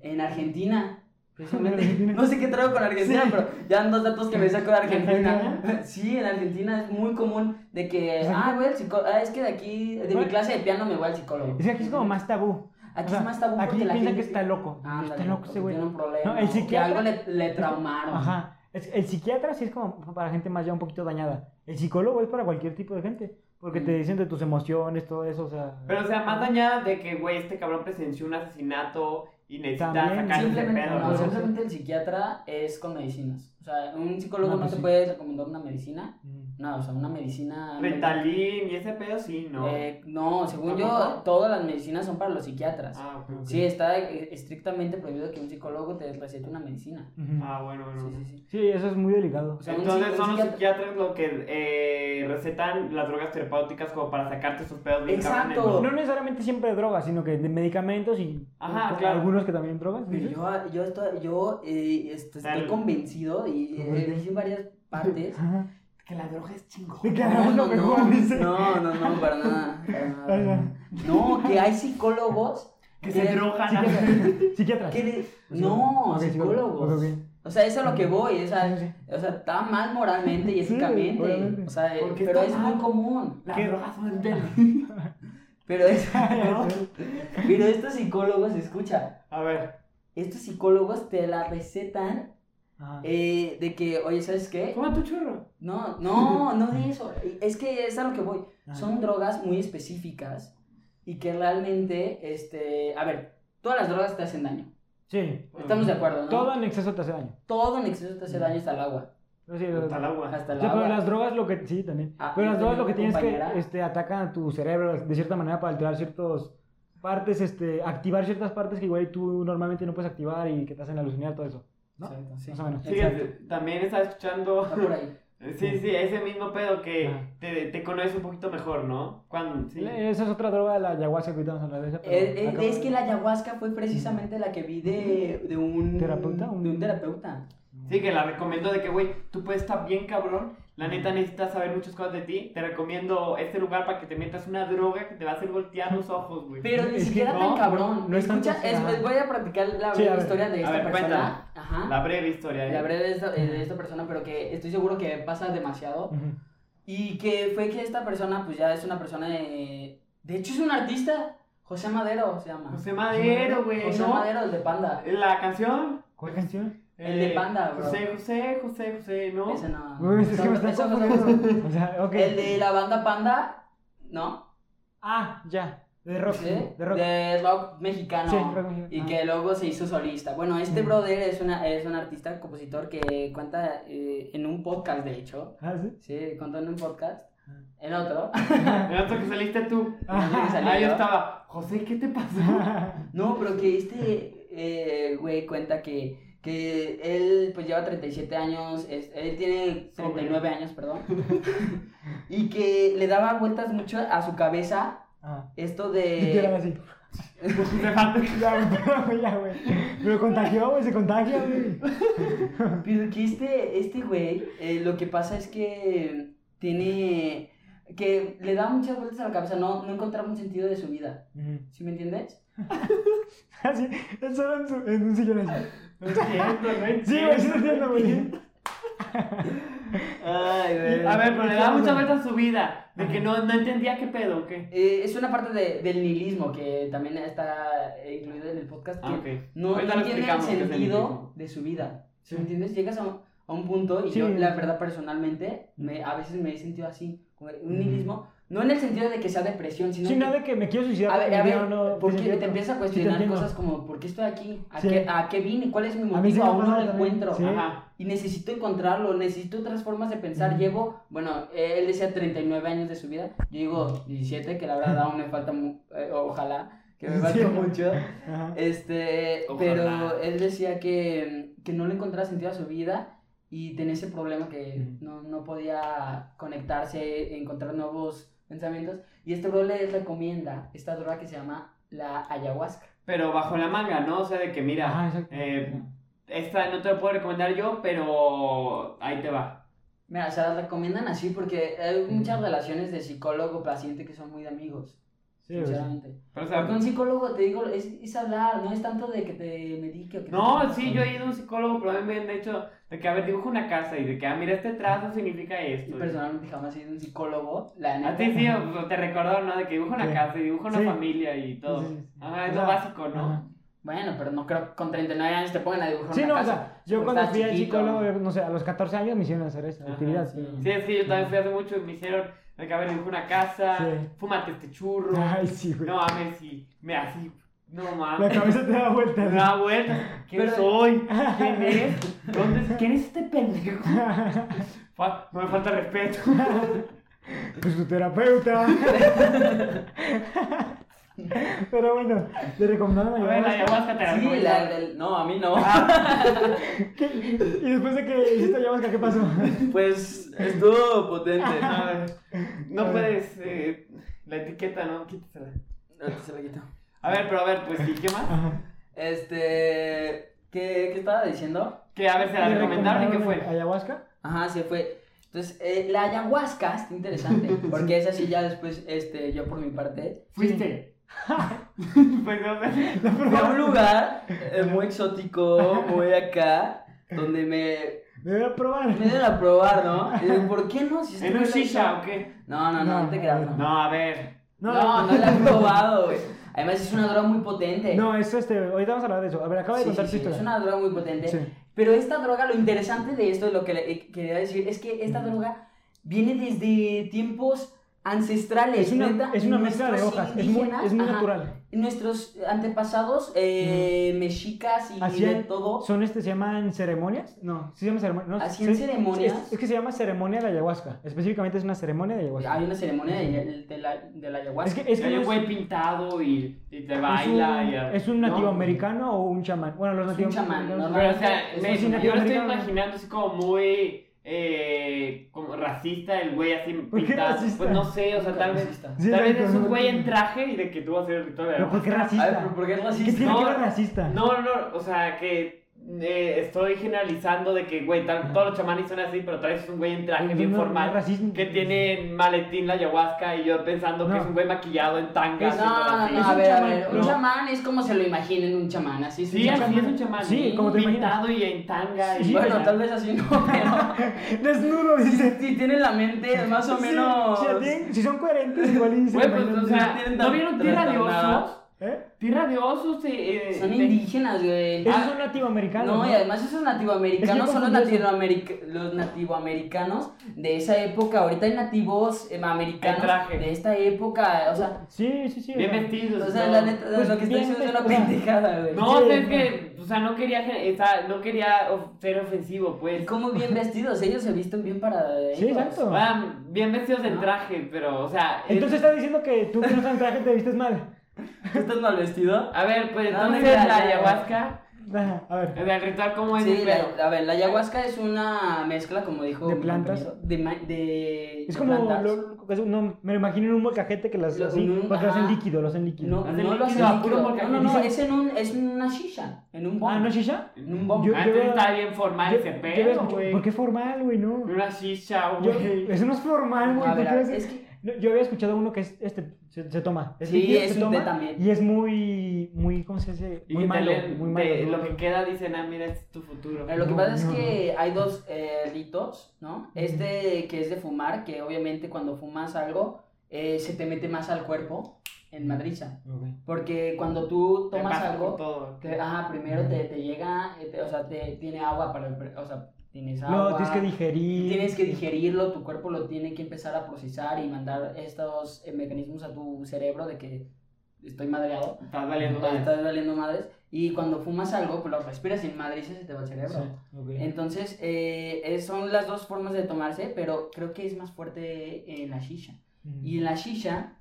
en Argentina. Precisamente.
Argentina.
No sé qué traigo con Argentina,
Sí.
pero ya han dos datos que me saco de Argentina.
Argentina.
Sí, en Argentina es muy común de que,
Exacto.
ah, voy al psicólogo, ah, es que de aquí, de mi
Bueno.
clase de piano me voy al psicólogo.
Es que aquí es como más tabú.
Aquí
O sea,
es más tabú
Aquí
porque la
piensan
gente...
que está loco. Pues
Ándale,
está loco ese
porque
güey.
Tiene un problema.
No, el
o
psiquiatra-
Que algo le, le traumaron.
Ajá. Es- el psiquiatra sí es como para gente más ya un poquito dañada. El psicólogo es para cualquier tipo de gente. Porque te
Mm.
dicen de tus emociones, todo eso, o sea.
Pero, o sea, más dañada de que, güey, este cabrón presenció un asesinato y necesita
También,
sacar ese
Simplemente,
pedo,
no,
¿no?
o sea,
simplemente el psiquiatra es con medicinas. O sea, un psicólogo
No,
no,
pues
te
sí.
puede recomendar una medicina.
Mm.
No, o sea, una medicina...
Ritalin y ese pedo sí, ¿no?
Eh, no, según yo,
¿Tampoco?
todas las medicinas son para los psiquiatras.
Ah, ok, ok.
Sí, está eh, estrictamente prohibido que un psicólogo te recete una medicina.
Ujú.
Ah, bueno, bueno.
Sí,
bueno.
sí, sí.
Sí, eso es muy delicado.
O sea, un
Entonces
psico-
son
un
los
psiquiatra-
psiquiatras los que eh, recetan las drogas terapéuticas como para sacarte sus pedos bien
Exacto.
cabrones, ¿no?
No necesariamente siempre drogas, sino que de medicamentos y
Ajá,
o-
claro.
algunos que también drogas.
Pero
dices.
yo, ah, yo, estoy, yo eh, este,
Tal.
estoy convencido y eh,
Ujú.
dije en varias partes
Ajá.
Que la droga es chingón.
De que
No,
hagamos
no,
lo mejor, dice.
no, no, no, no, para nada. para nada, para
Ajá.
nada. No, que hay psicólogos
Que se
que-
drogan.
Psiquiatra. Psiquiatra.
que le- no,
Ok,
psicólogos.
ok, ok.
O sea, eso es a lo que voy, o sea,
Sí, sí.
o sea, está mal moralmente y
Sí,
éticamente.
obviamente.
o sea, eh,
¿Por qué
pero
está
es
mal?
muy común.
Las
¿Qué?
drogas son del...
Pero es-
Ya sé.
pero estos psicólogos, escucha,
A ver.
estos psicólogos te la recetan
Ajá.
eh, de que, oye, ¿sabes qué?
Toma tu churro.
No, no, no de eso. Es que es a lo que voy.
Ajá.
Son drogas muy específicas y que realmente, este, a ver, todas las drogas te hacen daño.
Sí.
Estamos de acuerdo, ¿no?
Todo en exceso te hace daño.
Todo en exceso te hace
Mm.
daño hasta el agua.
No sé,
Hasta el agua.
Hasta el
Sí, pero
agua.
las drogas lo que sí también
Ah,
pero
yo
las drogas lo que
tenía
tienes
una
que
compañera-
este atacan tu cerebro de cierta manera para alterar ciertas partes este activar ciertas partes que igual tú normalmente no puedes activar y que te hacen alucinar todo eso ¿no?
Exacto, sí.
más o menos
Fíjate, también estaba escuchando...
Está por ahí.
Sí, sí, ese mismo pedo que
Ah.
Ajá.
te, te conoces un poquito mejor, ¿no? Cuando, sí.
Eh, esa es otra droga la ayahuasca que ahorita vamos a hablar de esa pero
Eh, eh,
acaba-
es que la ayahuasca fue precisamente la que vi de, de un
¿Terapeuta?
de un terapeuta.
Sí, que la recomiendo de que, güey, tú puedes estar bien cabrón. La neta necesitas saber muchas cosas de ti. Te recomiendo este lugar para que te metas una droga que te va a hacer voltear los ojos, güey.
Pero ni
Es que
siquiera
no,
tan cabrón.
no es
Escucha,
tanto-
es-
ajá.
voy a practicar la
Sí, a
breve
ver.
historia de
A
esta
ver,
persona.
cuéntala.
Ajá.
La breve historia. ¿eh?
La breve de esta, de esta persona, pero que estoy seguro que pasa demasiado.
Ujú.
Y que fue que esta persona, pues ya es una persona de. De hecho, es un artista. José Madero se llama.
José Madero, güey.
José
¿no?
Madero, el de Panda.
La canción. Eh,
¿cuál canción?
El de Panda, bro.
José, José, José, José, ¿no?
Ese no.
Uy, es que me
Ah, Eso-
están
eso-
confundiendo. o sea ok
El de la banda Panda, ¿no?
ah ya de rock
Sí,
de rock
de rock mexicano.
Sí, rock mexicano.
Y
Ah.
que luego se hizo solista. Bueno, este
Ujú.
brother es, una, es un artista, compositor que cuenta eh, en un podcast, de hecho.
ah sí
Sí, contó en un podcast.
Ujú.
En otro.
El otro que saliste tú.
Ah, sí, salí
Ahí
yo.
estaba. José, ¿qué te pasó?
No, pero que este eh, güey cuenta que, que él pues lleva 37 años, es- él tiene 39 años, perdón, y que le daba vueltas mucho a su cabeza
ah.
esto
Literal
de...
así.
Te falta-
Ya, güey, ya, güey. Pero contagió, güey, se contagia, güey.
Pero que este, este güey, eh, lo que pasa es que tiene... que le da muchas vueltas a la cabeza, no, no encontraba un sentido de su vida,
Ujú.
¿sí me entiendes?
Así, él solo en, su- en un sillón así.
No es cierto, no es
Sí, güey, sí
cierto.
te entiendo, güey.
Ay, güey. A ver, pero le da muchas vueltas a su vida. De que no, no entendía qué pedo, ¿o qué?
Eh, es una parte de- del nihilismo que también está incluida en el podcast. Que
Ah, ok.
No,
Ahorita
no
lo
tiene el
explicamos qué es el
sentido
nihilismo.
de su vida. ¿Sí me
Sí.
entiendes? Llegas a un, a un punto y yo,
Sí.
la verdad, personalmente, me, a veces me he sentido así, como un nihilismo. No en el sentido de que sea depresión, sino.
Sí,
que-
no de que me quiero suicidar.
a ver, a
porque
ver,
no- no-
porque
me siento-
te empiezas a
Sí, te
cuestionar
entiendo.
cosas como, ¿por qué estoy aquí? ¿A,
Sí.
qué, ¿A qué vine? ¿Cuál es mi
mí sí
motivo?
me ha
Aún no
pasado
lo
también,
encuentro.
Sí.
Ajá.
Y necesito encontrarlo, necesito otras formas de pensar.
Ujú.
Llevo, bueno, eh, él decía 39 años de su vida, yo digo 17, que la verdad aún me falta, mu- eh, ojalá, que me
Sí.
falte mucho.
Ajá.
Este,
Ojalá.
pero él decía que, que no le encontraba sentido a su vida y tenía ese problema que
Ujú.
no, no podía conectarse, encontrar nuevos pensamientos. Y este bro le recomienda esta droga que se llama la ayahuasca.
Pero bajo la manga, ¿no? O sea, de que mira,
Ajá, exacto.
eh, esta no te la puedo recomendar yo, pero ahí te va.
Mira, se la recomiendan así porque hay muchas relaciones de psicólogo-paciente que son muy de amigos,
Sí, güey.
sinceramente.
Pero, o sea,
Porque un psicólogo, te digo, es, es hablar, no es tanto de que te medique o que te-
No, sí, yo he ido a un psicólogo, pero a mí me han hecho de que, a ver, dibujo una casa y de que, ah, mira, este trazo significa esto.
Personalmente jamás he ido a un psicólogo, la
A
neta.
ti sí, o- te recordó, ¿no? De que dibujo una
Sí.
casa y dibujo una
Sí.
familia y todo.
Sí, sí, sí.
Ajá, es
O
lo
sea,
básico, ¿no?
ajá.
Bueno, pero no creo que con 39 años te pongan a dibujar
Sí,
una
no, o
casa.
sea, yo
Pues
cuando
estás
fui al
chiquito.
psicólogo, yo, no sé, a los 14 años me hicieron hacer esa
Ajá,
actividad.
sí.
pero-
Sí, es que yo también fui hace mucho y me hicieron de que, a ver, dibujo una casa,
Sí.
fúmate este churro.
Ay, sí, güey.
No mames, sí, me así, no
La
mames.
cabeza te da
Me
vueltas.
da vuelta, ¿quién
Pero-
soy? ¿Quién eres? ¿Dónde? ¿Quién es este pendejo? Fa- No me falta respeto.
Pues su terapeuta. Pero bueno, le recomendaron
A
a
ver, la
ayahuasca.
ayahuasca te la
Sí,
recomiendo.
la del- No, a mí no.
¿Qué? Y después de que hiciste ayahuasca, ¿qué pasó?
Pues estuvo potente.
A ver, No puedes. eh, la etiqueta, ¿no? Quítasela.
Ahorita se la quito.
A ver, pero a ver, pues sí, ¿qué más?
Ajá.
Este.
¿Qué, ¿Qué estaba diciendo?
Que a ver, se la
¿Le
recomendaron y qué fue.
¿Ayahuasca?
Ajá, se fue. Entonces, eh, la ayahuasca está interesante, porque esa sí ya después, este, yo por mi parte,
Fuiste. pues no sé.
La
Fui a
probaba.
un lugar eh, muy exótico, muy acá, donde me,
Me voy a probar.
me dieron a probar, ¿no? Y digo, ¿Por qué no? Si estoy
¿En un
en la-
shisha o qué?
No, no, no, no,
No,
te creas,
no.
no.
No, a ver.
No, no, la he probado, güey. Además, es una droga muy potente.
No, es este. Ahorita vamos a hablar de eso. A ver, acaba de
Sí,
contar tu
sí, sí, es
historia.
una droga muy potente.
Sí.
Pero esta droga, lo interesante de esto, lo que le- eh, quería decir, es que esta droga viene desde tiempos ancestrales.
Es una,
neta,
es una mezcla de
nuestros
hojas. Es muy,
indígenas,
es muy
ajá,
natural.
Nuestros antepasados, eh, mexicas y de
Hacían,
todo,
son este, se llaman ceremonias. No, sí se llaman ceremonias. No,
Hacían
se-
ceremonias.
Es, es que se llama ceremonia de ayahuasca. Específicamente es una ceremonia de ayahuasca.
pues, hay una ceremonia de, de la, de la
es
ayahuasca.
que, es que
Hay
no
un
es-
güey pintado y, y te
es un-
baila. y a-
es un nativo
¿no?
americano o un chamán. Bueno, los
Es un
nativos
chamán,
americanos-
¿no?
Pero, o sea,
Es
me-
un
yo lo
nativo
estoy
americano.
imaginando así como muy. Eh, como racista, el güey así
qué
pintado.
racista?
Pues no sé, o sea, tal vez.
Racista.
Sí,
tal vez
exacto,
es un
¿no?
güey en traje y de que tú vas a hacer el ritual de
Pero ¿por qué
A
racista?
ver, pero ¿por qué es
¿Qué
racista?
tiene que
No,
ver racista?
No, no, o sea, que eh, estoy generalizando de que, güey, tal- todos los chamanes son así, pero tal vez es un güey en traje bien
No, no, no,
formal
racismo.
que tiene maletín la ayahuasca y yo pensando que
No.
es un güey maquillado en tanga.
No,
así, todo
no,
así.
no,
Es
a
un
ver, a
chamán,
ver, un
¿no?
chamán es como se lo imaginen un chamán, así es un
Sí,
chamán.
así es un chamán.
Sí, como te
pintado y en tanga. y
Sí, pues
Bueno,
bailando.
tal vez así no, pero...
Desnudo, dice.
Si tienen la mente más o
Sí,
menos.
Si, la tienen- si son coherentes, igual y se
Güey, pues,
imaginan-
o sea,
tienen
¿no
tan-
vieron
tan-
Tierra de
tan nada.
Osos?
¿Eh?
Tierra de Osos, eh, eh,
Son
de-
indígenas, güey. Ah,
Eso es un nativo americano.
No, y además esos nativoamericanos
Es que
son los,
confundí eso.
latinoameric- los nativoamericanos de esa época. Ahorita hay nativos em,
En
americanos
traje.
de esta época. O sea,
Sí, sí, sí. o
bien
sea,
vestidos.
o
y
sea
todo.
la neta,
Pues
lo que estoy
bien,
diciendo es una
o sea,
pendejada, güey.
No,
Sí,
o sea, es
no.
que, o sea, no quería, gen- esa- no quería of- ser ofensivo,
Y
pues.
como bien vestidos, ellos se visten bien para.
Sí,
ellos.
exacto.
Van bien vestidos de
¿No?
traje, pero, o sea. es-
Entonces estás diciendo que tú que no estás en traje te vistes mal.
¿Tú estás mal vestido?
A ver, pues
No,
entonces
no,
la
ya, ya, ya.
ayahuasca,
Ajá, A ver.
el ritual, ¿cómo es?
Sí,
el
la-
pedo?
a ver, la ayahuasca es una mezcla, como dijo.
De
mi
plantas.
compañero, De, ma- de-
Es
de
como.
plantas.
lo- es un- no, me lo imagino en un molcajete que las.
Lo-
así,
un-
porque lo hacen
ajá.
líquido, lo hacen líquido.
No,
Hacen
no lo
líquido,
hacen
a
líquido.
puro
No,
molcajete.
no, no,
Dice-
es en, un, es en una shisha, en un bong.
Ah, ¿no, Shisha?
En un bong.
Yo-
Ah, entonces
veo-
está bien formal
Yo-
ese
yo
pedo,
había escuchado-
güey.
¿Por qué formal, güey? No.
Una shisha,
Yo-
güey.
eso no es formal, Ah, güey.
A
¿por
ver,
qué
a-
haces-
es que
No, Yo había escuchado uno que es este, se, se toma. Es
Sí,
líquido,
es
se
un té
toma,
también.
Y es muy, muy, ¿cómo se dice?
Y
Muy
que te
malo,
leen
muy
de
malo.
Lo que queda dicen, ah, mira, este es tu futuro.
Pero lo que
No,
pasa es
no,
que hay dos eh, ritos, ¿no? Este que es de fumar, que obviamente cuando fumas algo eh, se te mete más al cuerpo en madriza.
Ok.
Porque cuando tú
Te
tomas
pasa por
algo,
todo.
te- ah, primero te, te llega, eh, te- o sea, te, tiene agua para el, pre- o sea, tienes agua.
No, tienes que digerir.
Tienes que digerirlo, tu cuerpo lo tiene que empezar a procesar y mandar estos eh, mecanismos a tu cerebro de que estoy madreado,
Estás valiendo
te
madre.
estás valiendo madres. Y cuando fumas algo, pues lo respiras sin madre y se te va el cerebro.
Sí, ok.
Entonces, eh, eh, son las dos formas de tomarse, pero creo que es más fuerte en la shisha.
Ujú.
Y en la shisha,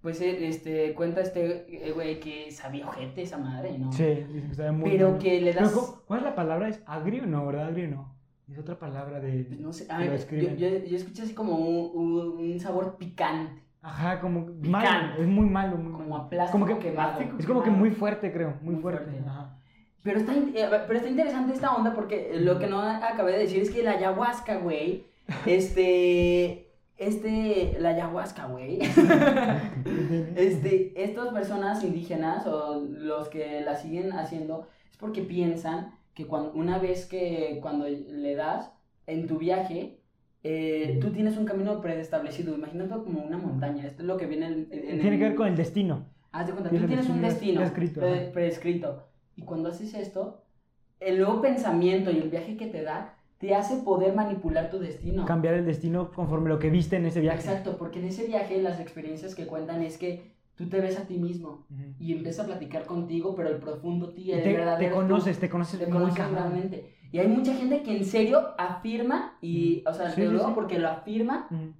pues eh, este, cuenta este eh, güey que sabía ojete esa madre, ¿no?
Sí, dicen que sabe muy
Pero
bueno.
que le
Pero,
das.
¿cu- ¿Cuál es la palabra? ¿Es agrio? No, ¿verdad? Agrio no. Es otra palabra
pues,
de...
no sé, a
Lo
ver, yo,
escriben.
yo- yo escuché así como un, un- un sabor picante,
Ajá, como... Malo. Es muy malo, muy
como a
malo.
plástico
Como que-
quemado.
plástico.
Es como que muy fuerte, creo. Muy,
Muy
fuerte.
fuerte.
Ajá.
Pero está, in- eh, pero está interesante esta onda porque lo que no acabé de decir es que la ayahuasca, güey, este. Este. La ayahuasca, güey. Este, estas personas indígenas o los que la siguen haciendo es porque piensan que cuando, una vez que cuando le das en tu viaje, eh, tú tienes un camino preestablecido, imagínate como una montaña, esto es lo que viene en, en-
Tiene que ver con el destino.
Haz de cuenta,
Tiene
tú tienes un
destino
destino
prescrito,
pre-
ajá.
prescrito y cuando haces esto, el nuevo pensamiento y el viaje que te da te hace poder manipular tu destino.
Cambiar el destino conforme lo que viste en ese viaje.
Exacto, porque en ese viaje las experiencias que cuentan es que tú te ves a ti mismo
Ujú.
y empieza a platicar contigo, pero el profundo ti,
Y
el
Te,
verdadero
te
tú,
conoces, te conoces
te
muy
conoces
cabrón.
realmente. Y hay mucha gente que en serio afirma, y, o sea,
Sí,
te
sí,
lo digo
sí.
porque lo afirma,
Ujú.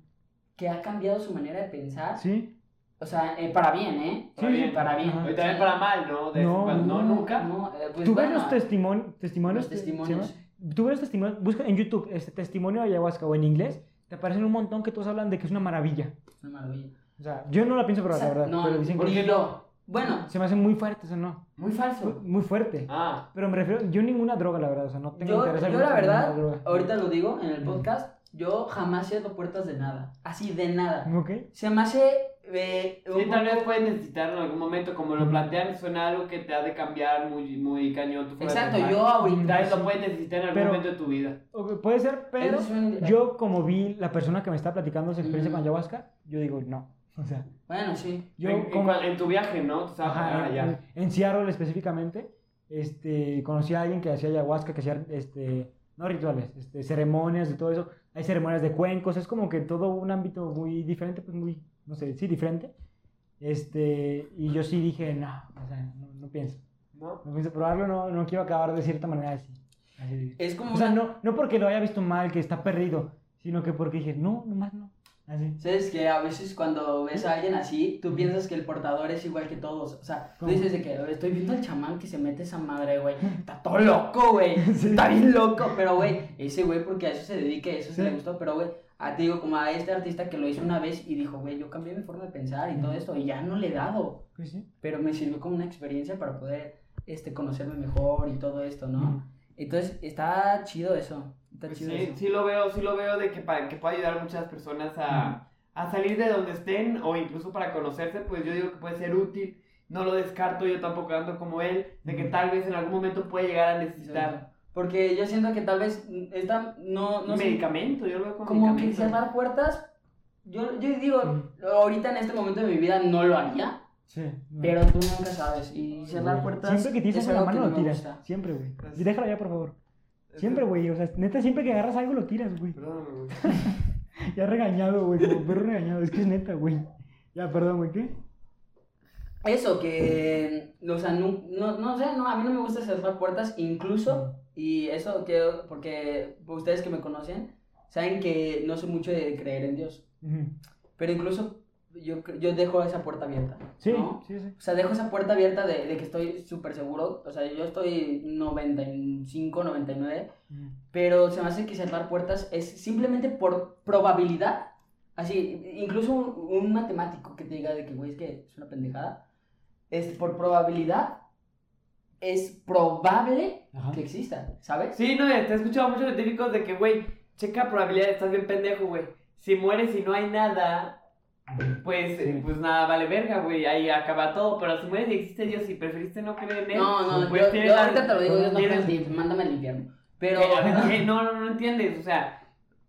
que ha cambiado su manera de pensar,
Sí.
o sea, eh, para bien, ¿eh?
Sí,
Para bien.
Para bien.
Ajá.
Hoy también para mal, ¿no? De
No,
cuando- no, nunca.
No, eh, pues
Tú ves
bueno,
los testimon- testimonios.
los testimonios.
¿se llama? Tú ves los testimonios. Busca en YouTube este testimonio de ayahuasca o en inglés. Te aparecen un montón que todos hablan de que es una maravilla.
Es una maravilla.
O sea, yo no la pienso probar,
O sea,
la verdad.
no,
pero dicen
¿por
que
qué no? Bueno,
se me hace muy fuerte, eso no.
muy falso.
Muy fuerte.
Ah,
Pero me refiero, yo ninguna droga, la verdad. O sea, no tengo
Yo,
interés
yo
alguno
la
en ninguna
verdad,
droga.
ahorita lo digo en el
Ujú.
podcast, yo jamás cierro puertas de nada. Así, de nada.
¿Ok?
Se me hace... eh, un
sí, tal
poco-
vez puedes necesitarlo en algún momento. Como lo plantean, suena algo que te ha de cambiar muy, muy cañón. tu forma de
Exacto,
pensar.
yo ahorita.
Tal vez lo puedes necesitar en algún
Pero-
momento de tu vida.
Ok, Puede ser, pero
Eso es un- Mm.
yo como vi la persona que me está platicando su experiencia
Ujú.
con ayahuasca, yo digo, no. O sea,
Bueno, sí.
yo
en, Ah, en
como...
cua- en tu viaje, ¿no? Tú estabas
Ajá,
allá.
en, en Seattle específicamente, este, conocí a alguien que hacía ayahuasca, que hacía, este, no rituales, este, ceremonias y todo eso. Hay ceremonias de cuencos, es como que todo un ámbito muy diferente, pues muy, no sé, sí, diferente. Este, y yo sí dije, no, o sea, no, no pienso.
¿no?
No pienso probarlo, no, no quiero acabar de cierta manera así. Así.
Es como
O sea,
una-
no, no porque lo haya visto mal, que está perdido, sino que porque dije, no, nomás no. Así.
Sabes que a veces cuando ves a alguien así, tú piensas que el portador es igual que todos. O sea, tú
¿Cómo?
dices de que "Oye, estoy viendo al chamán que se mete esa madre, güey. Está todo loco, güey. Está bien loco. Pero, güey, ese güey, porque a eso se dedica, a eso
Sí.
se le gustó. Pero, güey, a, te digo, como a este artista que lo hizo una vez y dijo, güey, yo cambié mi forma de pensar y todo esto. Y ya no le he dado.
Pues sí.
Pero me sirvió como una experiencia para poder este, conocerme mejor y todo esto, ¿no? Entonces, está chido eso. Está
Pues
chido
sí,
eso.
sí lo veo, sí lo veo de que para que pueda ayudar a muchas personas a, a salir de donde estén o incluso para conocerse, pues yo digo que puede ser útil. No lo descarto, yo tampoco ando como él, de que
Ujú.
tal vez en algún momento puede llegar a necesitar
Exacto. Porque yo siento que tal vez mm, esta no, no
un
sé,
medicamento, yo lo veo como,
como que
medicamento.
cerrar puertas. Yo, yo digo,
Mm.
ahorita en este momento de mi vida no lo haría,
Sí. no.
pero tú nunca sabes. Y cerrar puertas.
Siempre que tienes
es
en la
algo
mano
que
lo
no me
tiras.
gusta.
Siempre, güey.
Gracias.
Y déjalo ya, por favor. Siempre, güey. O sea, neta, siempre que agarras algo lo tiras, güey.
Perdóname, güey.
Ya regañado, güey. Como perro regañado. Es que es neta, güey. Ya, perdón, güey. ¿Qué?
Eso, que. O sea, no, no, no sé, no, a mí no me gusta cerrar puertas,
Mm.
incluso. Y eso, que, porque ustedes que me conocen saben que no soy mucho de creer en Dios.
Ujú.
Pero incluso yo, yo dejo esa puerta abierta.
Sí,
¿no?
sí, sí.
O sea, dejo esa puerta abierta de, de que estoy súper seguro. O sea, yo estoy 95, 99.
Ujú.
Pero se me hace que cerrar puertas es simplemente por probabilidad. Así, incluso un, un matemático que te diga de que, güey, es que es una pendejada. Es por probabilidad. Es probable
Ajá.
que exista, ¿sabes?
Sí, no, te he escuchado muchos científicos de que, güey, checa probabilidad, estás bien pendejo, güey. Si mueres y no hay nada, pues, eh,
Sí.
pues nada, vale verga, güey, ahí acaba todo. Pero si mueres y existe Dios y preferiste no creer en él,
No, no,
pues
yo,
tienes
yo
la-
ahorita te lo digo, Dios no
tienes-
creo en ti, mándame al infierno. Pero
Eh, a ver, eh, no, no, no entiendes, o sea,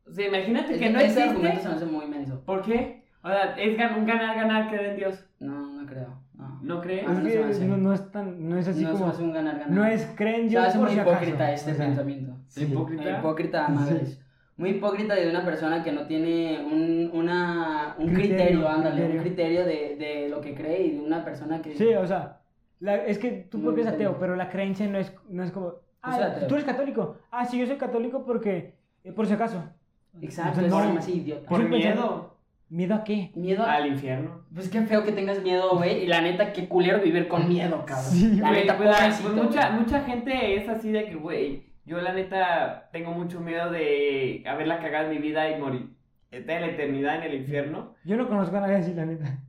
o sea, imagínate que no
ese argumento
existe.
se me hace muy menso.
¿Por qué? O sea, es gan- un ganar, ganar, creer en Dios.
No, no creo. No,
¿No crees?
Ah, no se me
Es
hace.
que no, no es tan, no es así
no se me
como,
hace un ganar ganar.
no es creen
se
yo
me hace
por
muy
si acaso,
hipócrita este
o sea,
pensamiento.
sí.
Hipócrita.
Hipócrita, madres. Muy hipócrita de una persona que no tiene un, una, un criterio,
Criterio,
ándale,
criterio.
un criterio de, de lo que cree y de una persona que...
Sí, o sea, la- es que tú
No
porque eres
entiendo.
ateo, pero la creencia no es, no es como, ah,
soy ateo.
tú eres católico. Ah, sí, yo soy católico porque, eh, por si acaso.
Exacto,
O sea,
es
no-
algo así, idiota.
Por
Sí, pensando-
miedo
¿Miedo a qué?
Miedo a...
al infierno.
Pues qué feo que tengas miedo, güey. Y la neta, qué culero vivir con miedo, cabrón.
Sí,
la
Güey,
neta,
pues, la-
pobrecito.
pues, mucha, mucha gente es así de que, güey, yo la neta tengo mucho miedo de haberla cagado en mi vida y morir. Estar en la eternidad en el infierno.
Yo no conozco a nadie así, la neta.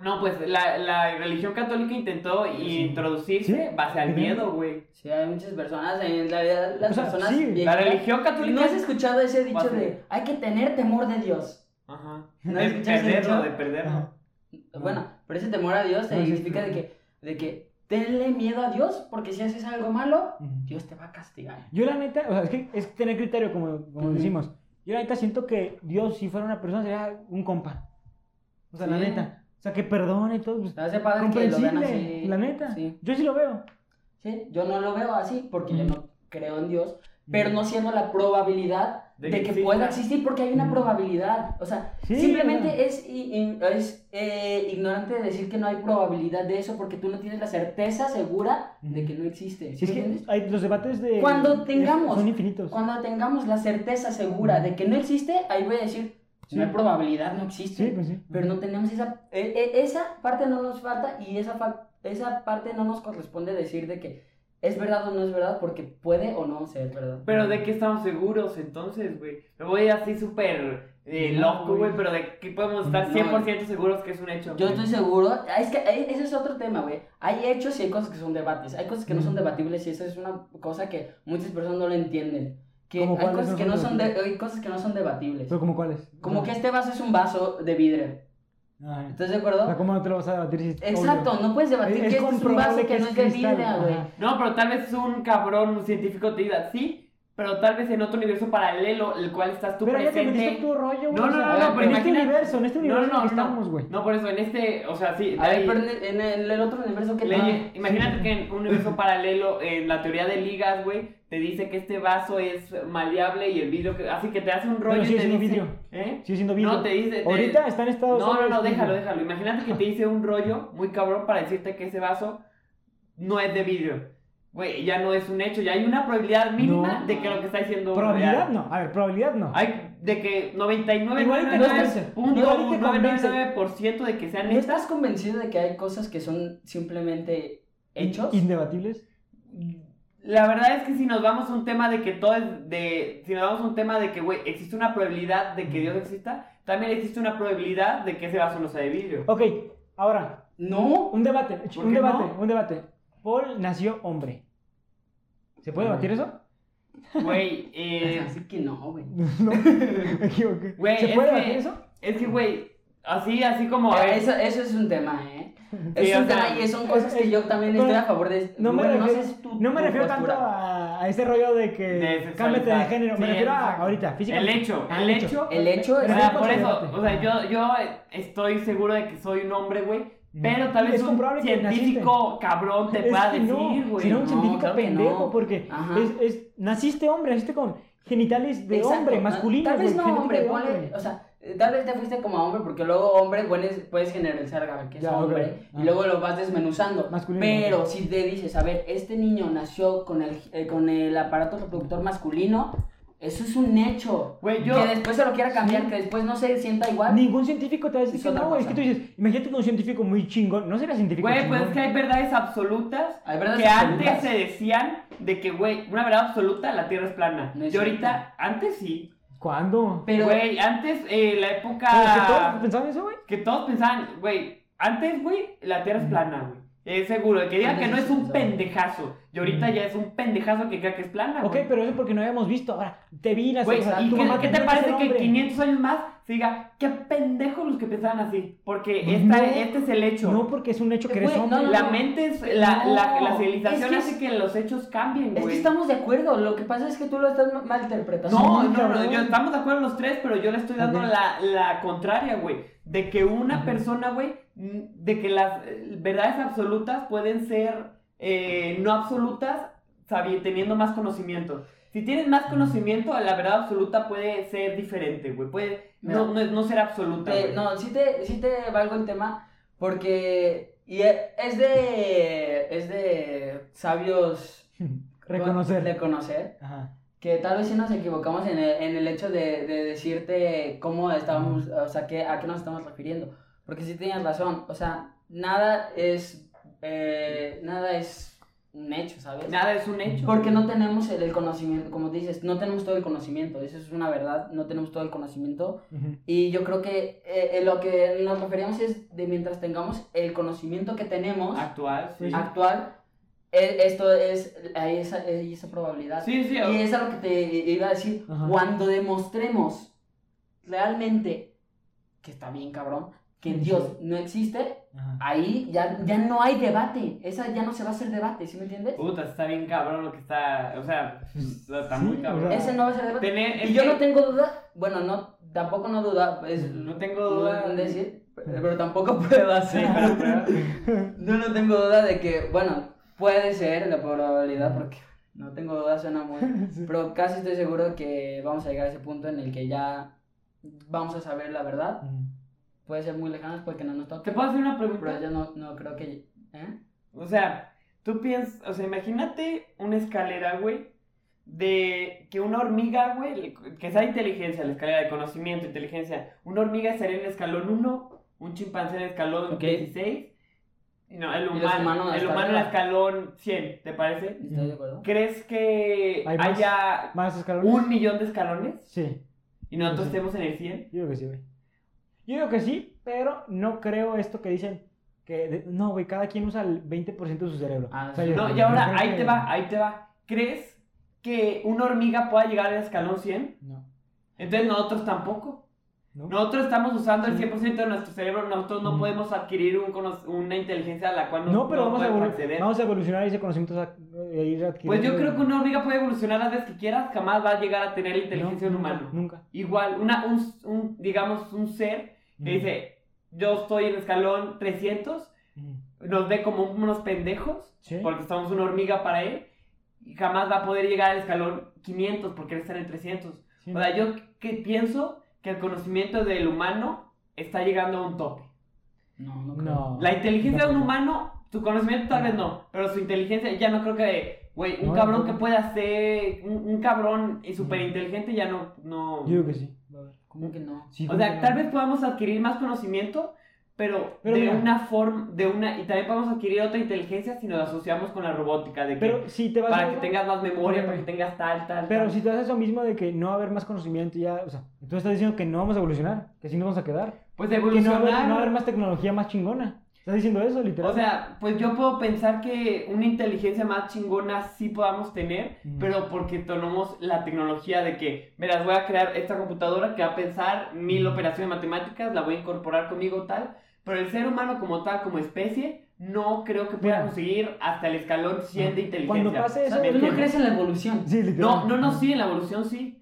No, pues la, la religión católica intentó introducirse
Sí.
base al
Ujú.
miedo, güey.
Sí, hay muchas personas eh, en la vida, las
O sea,
personas...
sí,
viejitas-
La religión
¿No
católica
has escuchado ese dicho
Fácil.
de hay que tener temor de Dios?
Ajá.
¿No
de
escuchaste
perderlo,
eso?
de perderlo.
Ajá. No.
Bueno, pero ese temor a Dios se
No, sí,
significa de
sí.
que, de que tenle miedo a Dios, porque si haces algo malo,
Ujú.
Dios te va a castigar.
Yo la neta, o sea, es que es tener criterio, como, como
Ujú.
decimos. Yo la neta siento que Dios, si fuera una persona, sería un compa. O sea, la
Sí.
neta. O sea, que perdone y todo. pues,
Se hace padre que lo vean
comprensible,
así.
la neta.
Sí.
Yo sí lo veo.
Sí, yo no lo veo así porque yo
Ujú.
no creo en Dios, pero no siendo la probabilidad
De
de,
que
que,
exista.
pueda existir porque hay una
Ujú.
probabilidad. O sea,
Sí,
simplemente
o sea.
es, i- in- es eh, ignorante de decir que no hay probabilidad de eso porque tú no tienes la certeza segura de que no existe.
Si es
¿me
que
entiendes?
hay- los debates de.
Cuando
es-
tengamos-
Son infinitos.
Cuando tengamos la certeza segura de que no existe, ahí voy a decir,
Sí.
no hay probabilidad, no existe.
Sí, pues sí.
Pero no tenemos esa... e- e- esa parte no nos falta y esa, fa- esa parte no nos corresponde decir de que es verdad o no es verdad porque puede o no ser verdad.
Pero de qué estamos seguros entonces, güey. Me voy así súper eh,
No,
loco, güey,
güey.
pero de qué podemos estar
No,
100% seguros que es un hecho.
Yo
güey?
estoy seguro, ah, es que eh, ese es otro tema, güey. Hay hechos y hay cosas que son debates, hay cosas que no son
Ujú.
debatibles y eso es una cosa que muchas personas no lo entienden. Que
¿Cómo
hay
cuáles
cosas
no
que
son
no son de- hay cosas que no son debatibles.
Pero como cuáles. Ah.
Como que este vaso es un vaso de vidrio.
Ajá.
¿Estás de
O sea,
acuerdo?
¿cómo no te lo vas a debatir si es
Exacto,
obvio?
no puedes debatir que esto es un vaso que, no es de
cristal,
vidrio, güey.
ajá.
No, pero tal vez un cabrón, un científico te diga, sí, pero tal vez en otro universo paralelo, el cual estás tú
Pero ya te
presente.
metiste tu rollo, güey.
No,
o
no,
sea,
no,
a
no,
ver,
pero
En este
imagina-
universo, en este
No,
universo
no,
en
no.
que estamos, güey.
No, por eso, en este, o sea, sí.
A ver,
ahí-
pero en el- en el, el otro universo que
Le-
te...
imagínate que en un universo paralelo, en la teoría de ligas, güey, te dice que este vaso es maleable y el vidrio, que- así que te hace un rollo
Pero
y
sigue
te
siendo
dice-
vidrio.
¿Eh?
Sigue siendo vidrio.
No, te dice... te-
Ahorita está en estado.
No, no, no, déjalo, déjalo. Imagínate que te dice un rollo muy cabrón para decirte que ese vaso no es de vidrio. Güey, ya no es un hecho, ya hay una probabilidad mínima
No.
de que lo que está diciendo...
Probabilidad
real.
no. A ver, probabilidad no.
Hay de que
Igual y te convence. Igual y te convence.
99.999% de que sea
¿No
neta.
estás convencido de que hay cosas que son simplemente hechos?
Indebatibles.
La verdad es que si nos vamos a un tema de que todo es de. Si nos vamos a un tema de que, güey, existe una probabilidad de que Dios exista, también existe una probabilidad de que ese vaso no sea de vidrio.
Ok, ahora,
No.
un debate.
¿Por
Un
qué
debate,
no?
un debate. Paul nació hombre. ¿Se puede
Ah.
debatir eso? Oh.
Güey, eh,
Así que no, güey.
No, me equivoqué.
Güey,
¿Se
es
puede
que-
debatir eso?
es que, güey, así, así como.
Ya,
eh,
Eso, eso es un tema, ¿eh?
Sí,
Es
o
un
sea,
tema y son cosas que yo también
pero
estoy a favor de...
No me
Bueno,
refiero,
sé si tu-
no me
tu
refiero tanto
postura.
a, a ese rollo de que
de sexualizar.
cámbiate de género. Me
Sí,
refiero a
exacto.
ahorita, físicamente.
El hecho,
Ah,
el hecho.
El hecho
O
es...
Pero
sea,
sí,
por
porque
eso,
debate.
o sea, yo, yo estoy seguro de que soy un hombre, güey.
Mm.
Pero tal
Es
vez un
comprobable que
científico cabrón te
Es
pueda
que
decir,
no,
güey.
será un
No,
científico
claro que
pendejo
no.
porque
Ajá.
es, es- naciste hombre, naciste con genitales de
Exacto,
hombre,
¿no?
masculino.
Tal vez no hombre, ponle, o sea, eh, tal vez te fuiste como hombre, porque luego hombre bueno, es- puedes generalizar, a ver, que es
Ya, ok.
hombre,
Ah.
y luego lo vas desmenuzando.
Masculino,
Pero
ok.
si te dices, a ver, este niño nació con el, eh, con el aparato reproductor masculino, eso es un hecho.
Güey, yo-
Que después se lo quiera cambiar,
Sí.
que después no se sienta igual.
Ningún científico te va a decir
Es
que
otra
no, güey, es que
cosa.
tú dices, imagínate que un científico muy chingón, no será científico
Güey,
chingón.
pues es que hay verdades absolutas
Hay verdades
que
absolutas.
antes se decían de que, güey, una verdad absoluta, la Tierra es plana.
No es
y ahorita, antes sí.
¿Cuándo?
Pero,
Güey, antes eh, la época
¿Pero es que todos pensaban eso, güey?
que todos pensaban, güey, antes, güey, la Tierra es plana, güey. Es seguro, el que diga que no es un
Pendejazo.
pendejazo. Y ahorita ya es un pendejazo que crea que es plana.
Ok,
güey.
pero eso porque no habíamos visto. Ahora, te vi la
Güey,
sexta-
¿y
tu
qué,
mamá
qué te
tenía
parece
ser
que
hombre.
500 años más se diga qué pendejos los que pensaban así? Porque
No.
esta, este es el hecho.
No, porque es un hecho que eres
Güey, no,
hombre.
no,
La mente es. La,
No.
la, la civilización
Es que
hace
es-
que los hechos cambien,
Es
güey.
que estamos de acuerdo, lo que pasa es que tú lo estás ma- malinterpretando.
No,
Sí,
no, no,
cabrón.
yo- estamos de acuerdo los tres, pero yo le estoy dando
Ok.
la, la contraria, güey. De que una
Ajá.
persona, güey, mm, de que las eh, verdades absolutas pueden ser eh, no absolutas sabi- teniendo más conocimiento. Si tienes más conocimiento, la verdad absoluta puede ser diferente, güey. Puede no, no, no ser absoluta,
Te-
güey.
no, sí te, sí te valgo el tema porque y e- es de es de sabios
Reconocer.
reconocer
Ajá.
que tal vez sí nos equivocamos en el, en el hecho de, de decirte cómo estábamos, o sea, qué- a qué nos estamos refiriendo, porque sí tenías razón, o sea, nada es eh, nada es un hecho, ¿sabes?
Nada es un hecho.
Porque no tenemos el, el conocimiento, como dices, no tenemos todo el conocimiento, eso es una verdad, no tenemos todo el conocimiento
Ujú.
y yo creo que eh, eh, lo que nos referimos es de mientras tengamos el conocimiento que tenemos
Actual, Ah, sí.
Ac-
actual, e- esto es, hay esa, hay esa probabilidad.
Sí, sí,
Y es a lo que te iba a decir,
Ajá.
cuando demostremos realmente que está bien cabrón, que
Sí,
Dios no existe,
Ajá.
ahí ya, ya no hay debate, esa ya no se va a hacer debate, ¿sí me entiendes?
Puta, está bien cabrón lo que está. O sea, está
Sí,
muy cabrón.
o sea,
Ese no va a ser debate.
Tener- es
Y yo
que-
no tengo duda, bueno, no, tampoco no duda, es
No tengo duda.
un decir, pero tampoco puedo
Sí,
hacer.
pero- pero-
Yo no tengo duda de que, bueno, puede ser la probabilidad, porque no tengo duda, suena muy...
Sí.
Pero casi estoy seguro que vamos a llegar a ese punto en el que ya vamos a saber la verdad. Puede ser muy lejano porque no nos
¿Te
toca.
puedo hacer una pregunta?
Pero yo no, no creo que... ¿eh?
O sea, tú piensas, o sea, imagínate una escalera, güey, de que una hormiga, güey, le- que sea inteligencia, la escalera de conocimiento, inteligencia, una hormiga estaría en el escalón 1, un chimpancé en el escalón
Ok.
16, no, el
los
humano,
humanos
el
hasta
humano en el
arriba.
escalón 100, ¿te parece?
¿Estás de acuerdo?
¿Crees que
¿Hay más?
haya
¿Más escalones?
un millón de escalones
Sí,
y nosotros
Sí, sí.
estemos en el 100?
yo digo que sí, güey. Yo digo que sí, pero no creo esto que dicen. que de- No, güey, cada quien usa el 20% de su cerebro.
Ah,
yo-
No, y
yo
ahora,
creo
ahí
que-
te va, ahí te va. ¿Crees que una hormiga pueda llegar al escalón 100?
No.
Entonces nosotros tampoco.
¿No?
Nosotros estamos usando el
Sí.
100% de nuestro cerebro, nosotros no
Mm.
podemos adquirir un cono- una inteligencia a la cual no,
No, pero
no
vamos, a
podemos
evolu-
acceder.
vamos a evolucionar ese conocimiento. o sea, eh, ir
Pues yo
adquiriendo-
creo que una hormiga puede evolucionar las veces que quieras, jamás va a llegar a tener la
No,
inteligencia de un
nunca,
humano.
Nunca.
Igual, una, un, un- digamos, un ser
Mm.
que dice, yo estoy en escalón 300,
Ujú.
nos ve como unos pendejos,
Sí.
porque estamos una hormiga para él, y jamás va a poder llegar al escalón 500 porque él está en el 300.
Sí.
O sea, yo que pienso que el conocimiento del humano está llegando a un tope.
No, no creo.
No.
La inteligencia de un humano, su conocimiento tal vez no, pero su inteligencia ya no creo que, güey, un
No,
cabrón
no.
que pueda ser un, un cabrón y súper inteligente ya no, no...
Yo digo que sí. Va a haber.
¿Cómo que no?
Sí,
O
como que
sea,
no.
tal vez podamos adquirir más conocimiento, pero,
Pero
de
mira.
una forma, de una, y también podemos adquirir otra inteligencia si nos asociamos con la robótica, de que
Pero si te vas
para
a-
que tengas más memoria, para que
Ok.
tengas tal, tal.
Pero
tal.
si te haces eso mismo de que no va a haber más conocimiento, ya, o sea, tú estás diciendo que no vamos a evolucionar, que sí nos vamos a quedar.
pues
Que no va, a
evolucionar.
haber, no va a haber más tecnología más chingona. Estás diciendo eso, literal.
O sea, pues yo puedo pensar que una inteligencia más chingona sí podamos tener,
Ujú.
pero porque tomamos la tecnología de que, verás, voy a crear esta computadora que va a pensar mil operaciones matemáticas, la voy a incorporar conmigo tal, pero el ser humano como tal, como especie, no creo que pueda
Mira.
conseguir hasta el escalón 100 de inteligencia.
Cuando pase
O sea,
eso,
¿me
¿Tú no
entiendes?
crees en la evolución?
sí, literal.
No, no, no, sí, en la evolución sí.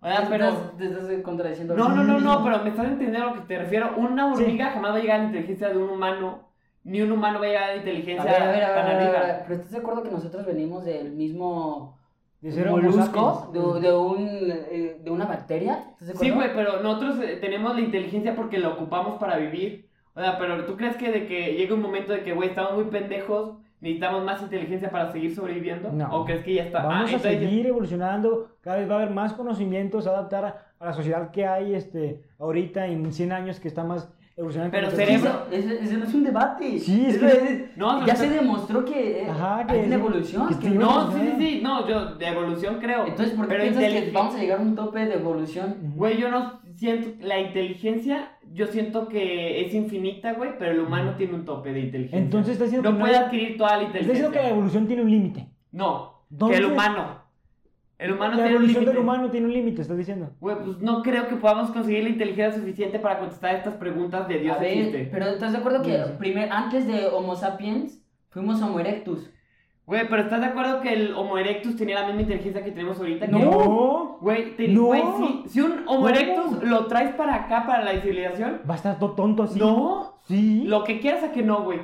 O sea,
Te
pero...
estás- Te estás contradiciendo.
No, no, no, no, pero me estás entendiendo a lo que te refiero. Una hormiga jamás va a llegar a la inteligencia de un humano, ni un humano va a llegar a la inteligencia
A ver, a ver, a ver,
tan
a ver,
arriba.
a ver, pero ¿estás de acuerdo que nosotros venimos del mismo
De
¿Un
ser homo
molusco?
sapiens.
De, de un, eh, ¿De una bacteria? ¿Estás de
Sí,
acuerdo?
güey, pero nosotros eh, tenemos la inteligencia porque la ocupamos para vivir. O sea, pero ¿tú crees que de que llega un momento de que, güey, estamos muy pendejos, necesitamos más inteligencia para seguir sobreviviendo?
No.
¿O crees que ya está?
Vamos
Ah,
a
entonces ya-
seguir evolucionando, cada vez va a haber más conocimientos, se va a adaptar a, a la sociedad que hay este, ahorita en 100 años que está más evolucionante.
Pero
que
Sí,
nosotros.
cerebro-
eso- eso- eso no es un debate.
Sí, es
Eso
que-
es-
No, no,
ya
no.
se demostró que eh,
Ajá, que
hay una
sí,
evolución.
que
que
sí.
no-
No, sí, sí, sí, no, yo de evolución creo.
Entonces, ¿por qué
pero
piensas que
inteligen-
vamos a llegar a un tope de evolución?
Ujú.
Güey, yo no siento, la inteligencia, yo siento que es infinita, güey, pero el humano tiene un tope de inteligencia.
Entonces está diciendo
no
que no
puede
hay-
adquirir toda la
Está
inteligencia.
diciendo que la evolución tiene un límite.
No, que
¿Dónde?
el humano. El humano
la
tiene un
evolución
límite.
del humano tiene un límite, estás diciendo.
Güey, pues no creo que podamos conseguir la inteligencia suficiente para contestar estas preguntas de Dios
A ver,
existe.
pero ¿estás de acuerdo que
Sí, sí.
primer, antes de Homo sapiens fuimos Homo erectus?
Güey, pero ¿estás de acuerdo que el Homo erectus tenía la misma inteligencia que tenemos ahorita?
No.
No.
Güey, te-
No.
güey, si, si un
No.
Homo erectus lo traes para acá, para la civilización,
Va a estar todo tonto así.
no.
Sí.
Lo que quieras a que no, güey.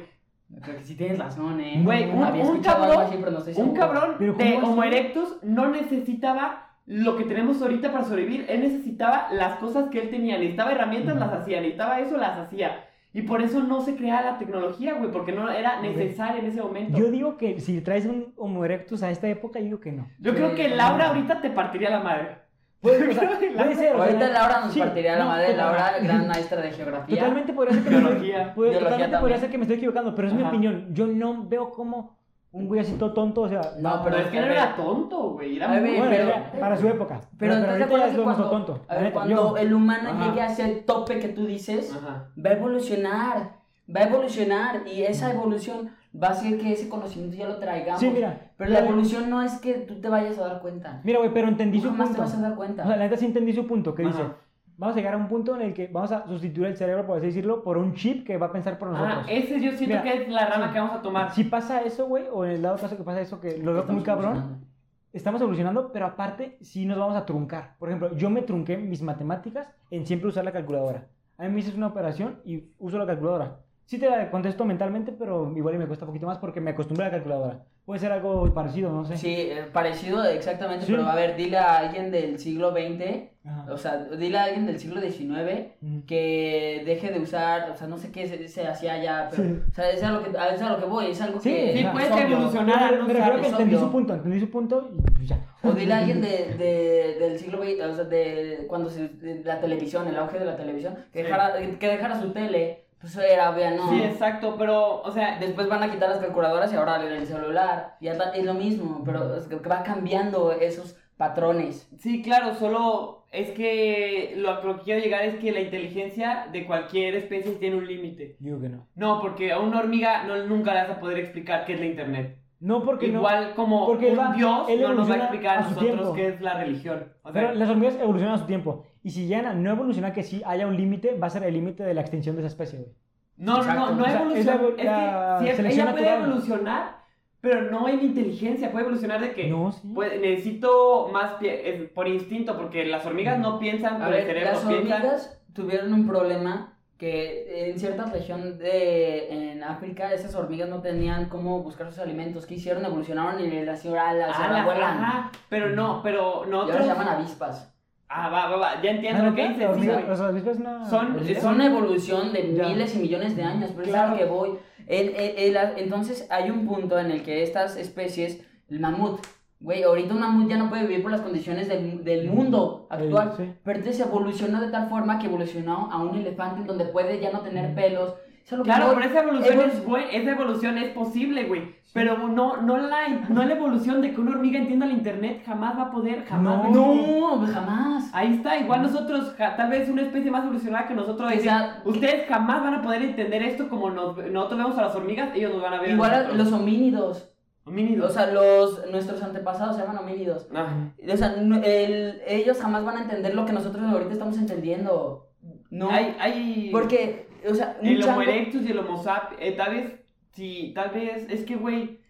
Creo que sí tienes razón, eh.
Güey, un-
Había
un
escuchado
cabrón-
algo así, pero no estoy
Un
seguro.
cabrón
Pero
de
¿cómo
Homo
así?
erectus no necesitaba lo que tenemos ahorita para sobrevivir. Él necesitaba las cosas que él tenía. Necesitaba herramientas,
Ujú.
las hacía. Necesitaba eso, las hacía. Y por eso no se creaba la tecnología, güey, porque no era necesaria en ese momento.
Yo
Yo,
digo que si traes un Homo erectus a esta época, yo digo que no.
creo que Laura ahorita te partiría la madre.
Puede, o sea, puede ser. o sea,
Ahorita Laura nos
sí,
partiría la
no,
madre, Laura,
totalmente.
gran maestra de geografía.
Totalmente podría ser que me estoy,
Biología.
puede-
Biología
totalmente podría
también.
ser que me estoy equivocando, pero es mi
Ajá.
opinión. Yo no veo como un güey así todo tonto, o sea,
No,
Pero es que no
a ver.
era tonto, güey. Era
A ver,
muy
bueno,
pero-
era para su época.
Pero, ¿estás de
ahorita ya
acuerdo
es
que
lo
cuando,
más tonto. la
a ver,
neta,
cuando
yo-
el humano
Ajá.
llegue hacia el tope que tú dices,
Ajá.
va a evolucionar, va a evolucionar y esa evolución va a hacer que ese conocimiento ya lo traigamos.
Sí, mira.
Pero la
la-
evolución no es que tú te vayas a dar cuenta.
Mira, güey, pero
Tú
entendí su
jamás te
punto.
vas a dar
O sea,
cuenta.
la neta sí entendí su punto, que dice,
Ajá.
vamos a llegar a un punto en el que vamos a sustituir el cerebro, por así decirlo, por un chip que va a pensar por
Ah,
nosotros.
ese yo siento
Mira,
que es la rama
sí.
que vamos a tomar.
Si pasa eso, güey, o en el dado caso que pasa eso, que lo veo
Estamos
muy cabrón,
evolucionando.
estamos evolucionando, pero aparte sí nos vamos a truncar. Por ejemplo, yo me trunqué mis matemáticas en siempre usar la calculadora. A mí me dices una operación y uso la calculadora. Sí te la contesto mentalmente, pero igual y me cuesta un poquito más porque me acostumbré a la calculadora. Puede ser algo parecido, no sé.
Sí, eh, parecido exactamente,
Sí.
pero a ver, dile a alguien del siglo XX,
Ajá.
o sea, dile a alguien del siglo XIX
Mm.
que deje de usar, o sea, no sé qué se, se hacía ya, pero,
Sí.
o sea, es a, lo que, es a lo que voy, es algo
Sí,
que...
sí,
es
puedes
obvio.
evolucionar.
Pero,
Nada, no
pero creo
sabes,
que entendí
obvio.
su punto, entendí su punto y pues ya.
O dile a alguien de, de- del siglo XX, o sea, de cuando se, de la televisión, el auge de la televisión, que
Sí.
dejara, que dejara su tele, pues era obvia, ¿no?
Sí, exacto, pero, o sea,
Después van a quitar las calculadoras y ahora el celular, y hasta- es lo mismo, pero es que va cambiando esos patrones.
Sí, claro, solo es que lo a lo que quiero llegar es que la inteligencia de cualquier especie tiene un límite.
Digo que no.
No, porque a una hormiga no, nunca le vas a poder explicar qué es la internet.
No porque no.
Igual como
Porque él
un
va-
dios
él
no nos va a
evoluciona
explicar a
a su
nosotros
tiempo.
qué es la religión. O sea,
Pero las hormigas evolucionan a su tiempo. Y si llegan a no evolucionar, que sí haya un límite, va a ser el límite de la extinción de esa especie, güey.
no, no, no,
Exacto.
no
O sea,
evoluciona.
es la-
Es que
la
si es-
selección
ella puede
natural.
evolucionar, pero no en inteligencia, puede evolucionar de que
No, sí.
pues, necesito más pie- es por instinto, porque las hormigas no piensan
A
por el
ver,
cerebro,
las
piensan.
hormigas tuvieron un problema que en cierta región de en África esas hormigas no tenían cómo buscar sus alimentos, que hicieron evolucionaron y les hacían alas,
Ah,
ahora
la-
vuelan.
ajá, pero no, pero
Y ahora
nosotros
se llaman avispas.
Ah, va, va, va. Ya
Ah,
entiendo lo que
¿neta?
dices.
Las
sí,
hormigas-
güey.
o sea, las avispas no-
Son-
¿Las
Es
avispas?
una evolución de
¿Eh? Ya.
miles y millones de años, pero
Claro.
es a lo que voy. El- el- el- la- entonces hay un punto en el que estas especies, el mamut, güey, ahorita un mamut ya no puede vivir por las condiciones del, del mundo actual.
Eh, sí.
Pero entonces evolucionó de tal forma que evolucionó a un elefante en donde puede ya no tener pelos. Eso es lo que
Claro,
voy.
pero esa evolución
Evol-
es buen- esa evolución es posible, güey. Pero no, no la, no la evolución de que una hormiga entienda el internet jamás va a poder, jamás.
No.
güey.
No, pues jamás.
Ahí está, igual nosotros, ja- tal vez una especie más evolucionada que pues, nosotros.
Que
dice,
sea-
Ustedes jamás van a poder entender esto como nos- nosotros vemos a las hormigas, ellos nos van a ver.
Igual
a
a
nosotros.
los homínidos.
homínidos.
O sea, los, nuestros antepasados se llaman homínidos.
Ah.
O sea, no- el- ellos jamás van a entender lo que nosotros ahorita estamos entendiendo. No.
Hay, hay...
Porque, o sea, un
El Homo
chango-
erectus y el Homo sapiens, eh, tal vez, sí, tal vez, es que, güey,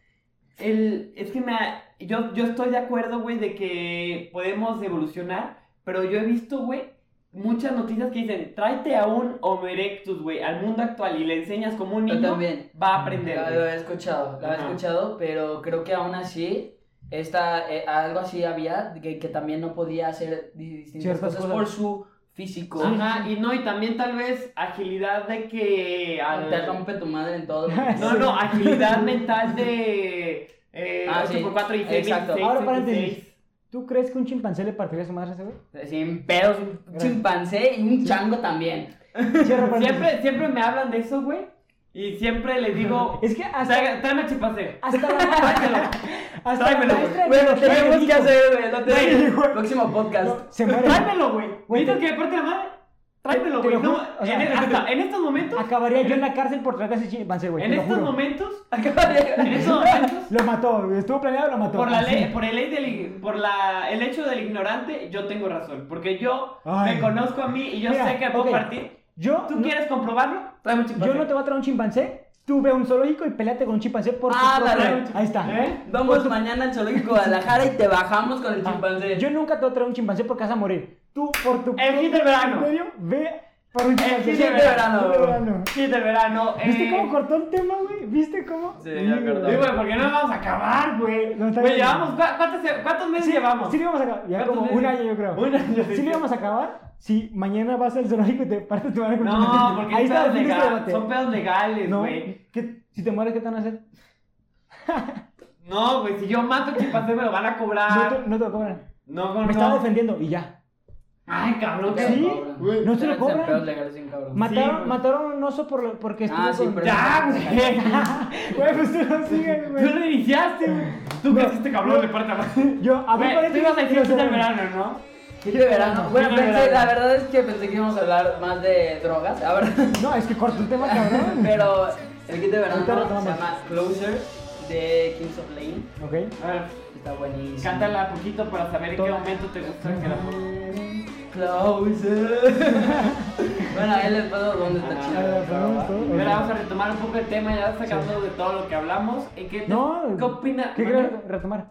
el, es que me, ha- yo, yo estoy de acuerdo, güey, de que podemos evolucionar, pero yo he visto, güey, muchas noticias que dicen, tráete a un Homo erectus, güey, al mundo actual y le enseñas como un
Yo
niño,
también.
va a aprender,
La,
güey.
la he escuchado, la he
Ajá.
escuchado, pero creo que aún así esta, eh, algo así había que, que también no podía hacer di- distintas
Ciertas
cosas,
cosas.
por su físico.
Ajá, y no, y también tal vez agilidad de que... al-
Ah, Te rompe tu madre en todo.
no, no, agilidad mental de... Eh,
Ah, sí,
8x4 y 6,
exacto.
Ahora, paréntesis. ¿Tú crees que un chimpancé le partiría su madre a ese güey?
Sin pedos, un chimpancé y un chango también.
Cierra paréntesis.
Siempre, siempre me hablan de eso, güey. Y siempre les digo,
Es que hasta,
"Traiga- tráeme chipase.
hasta la, hasta la
Tráemelo.
maestra de
Bueno,
biología me
tenemos que
dijo,
hacer, güey. No
Güey,
te...
güey.
Próximo podcast.
"No, se muere.
Tráemelo, güey.
Güey,
Necesito
te-
que aparte la madre. Tráemelo,
te lo
güey. No,
juro, o sea,
en, e, hasta en estos momentos.
Acabaría yo en la cárcel por tratar ese chimpancé, güey.
En
te lo
estos
juro.
momentos.
Acaba
En
de...
estos momentos.
Lo mató, güey, estuvo planeado, lo mató.
Por la
Así.
ley, por el ley del, por la, el hecho del ignorante, yo tengo razón, porque yo
Ay.
me conozco a mí y yo
Mira,
sé que puedo
ok.
partir.
Yo,
¿Tú
no-
quieres comprobarlo?
Tráeme un chimpancé.
yo no te voy a traer un chimpancé. Tú ve a un zoológico y peleate con un chimpancé por tu
Ah,
propio-
dale.
Ahí está.
¿Eh?
Vamos mañana al zoológico de Guadalajara y te bajamos con el chimpancé.
Ah, Yo nunca te voy a traer un chimpancé porque vas a morir. Tú por tu
El hit del verano.
medio ve por un chimpancé.
hit del
verano.
Hit del verano.
Sí, de verano.
¿Viste
eh,
cómo cortó el tema, güey? ¿Viste cómo? Mm.
Sí, ya cortó.
Sí, güey, porque no vamos a acabar, güey.
No, está
Güey,
bien.
llevamos, ¿cu- ¿cuántos, cuántos meses llevamos?
Sí, lo íbamos a acabar. Ya
¿Cuántos
como
meses?
un año, yo creo.
Un año.
Sí, lo íbamos a acabar. Si mañana vas al zoológico y te partes tu madre con un
No,
chimpancé.
porque
Ahí
es
está,
pedos
fin de este
legal-
debate.
son pedos legales,
No,
güey.
¿qué- si te mueres, ¿qué te van a hacer?
No, güey, si yo mato chimpancé me lo van a
No
cobrar.
te, no te lo cobran.
No, Ah. no,
Me estaba defendiendo y ya.
Ay, cabrón,
Te lo
Sí,
cobran.
güey.
No se lo
Deben ser
cobran.
pedos legales bien cabrón.
Mataron,
güey.
mataron a un oso por, lo- porque estuvo
Ah, sí,
con-
pero-
Ya, güey.
Güey, pues tú no sigas,
Tú
güey.
lo iniciaste, güey. Tú crees que este cabrón le parte a la.
Yo, a mí
Güey,
parece
Tú ibas a
que
decir
no
que
sé.
del verano, ¿no?
Hit de verano. Bueno,
Hit de
pensé-
verano.
la verdad es que pensé que íbamos a hablar más de drogas. A ver.
No, es que cortó el tema, cabrón.
Pero el kit de verano
Ahorita
se
retomamos.
llama Closer de Kings of Lane.
Ok.
A ver,
Está buenísimo.
cántala poquito para saber en qué
Todo.
momento te gusta que la ponga.
Closer. bueno, ahí les puedo dónde está
Ah,
A ver, ponemos
chido.
todo,
Y ahora
ok.
vamos a retomar un poco el tema, ya sacando de todo lo que hablamos. ¿Y qué, te-
No,
¿Qué opinas?
¿Qué quieres retomar?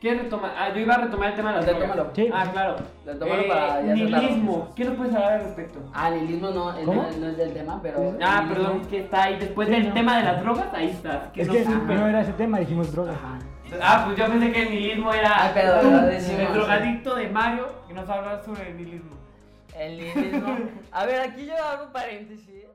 ¿Quieres retomar? Ah, yo iba a retomar el tema de las
Retómalo.
drogas.
Sí.
Ah, claro.
Retómalo para ya cerrar.
Eh, Nihilismo. ¿Qué nos puedes hablar al respecto?
Ah, Lilismo no, eh,
¿Cómo?
no, no es del tema, pero.
Ah,
lilismo-
perdón, es que está ahí. Después
Sí,
del
no.
tema de las drogas, ahí está.
Es
no
que
supe.
no era ese tema, dijimos drogas.
Ajá.
Ah, pues yo pensé que el nihilismo era.
Ay, pero
tú,
lo decimos,
el
sí.
drogadicto de Mario que nos habla sobre el nihilismo.
El nihilismo. A ver, aquí yo hago paréntesis.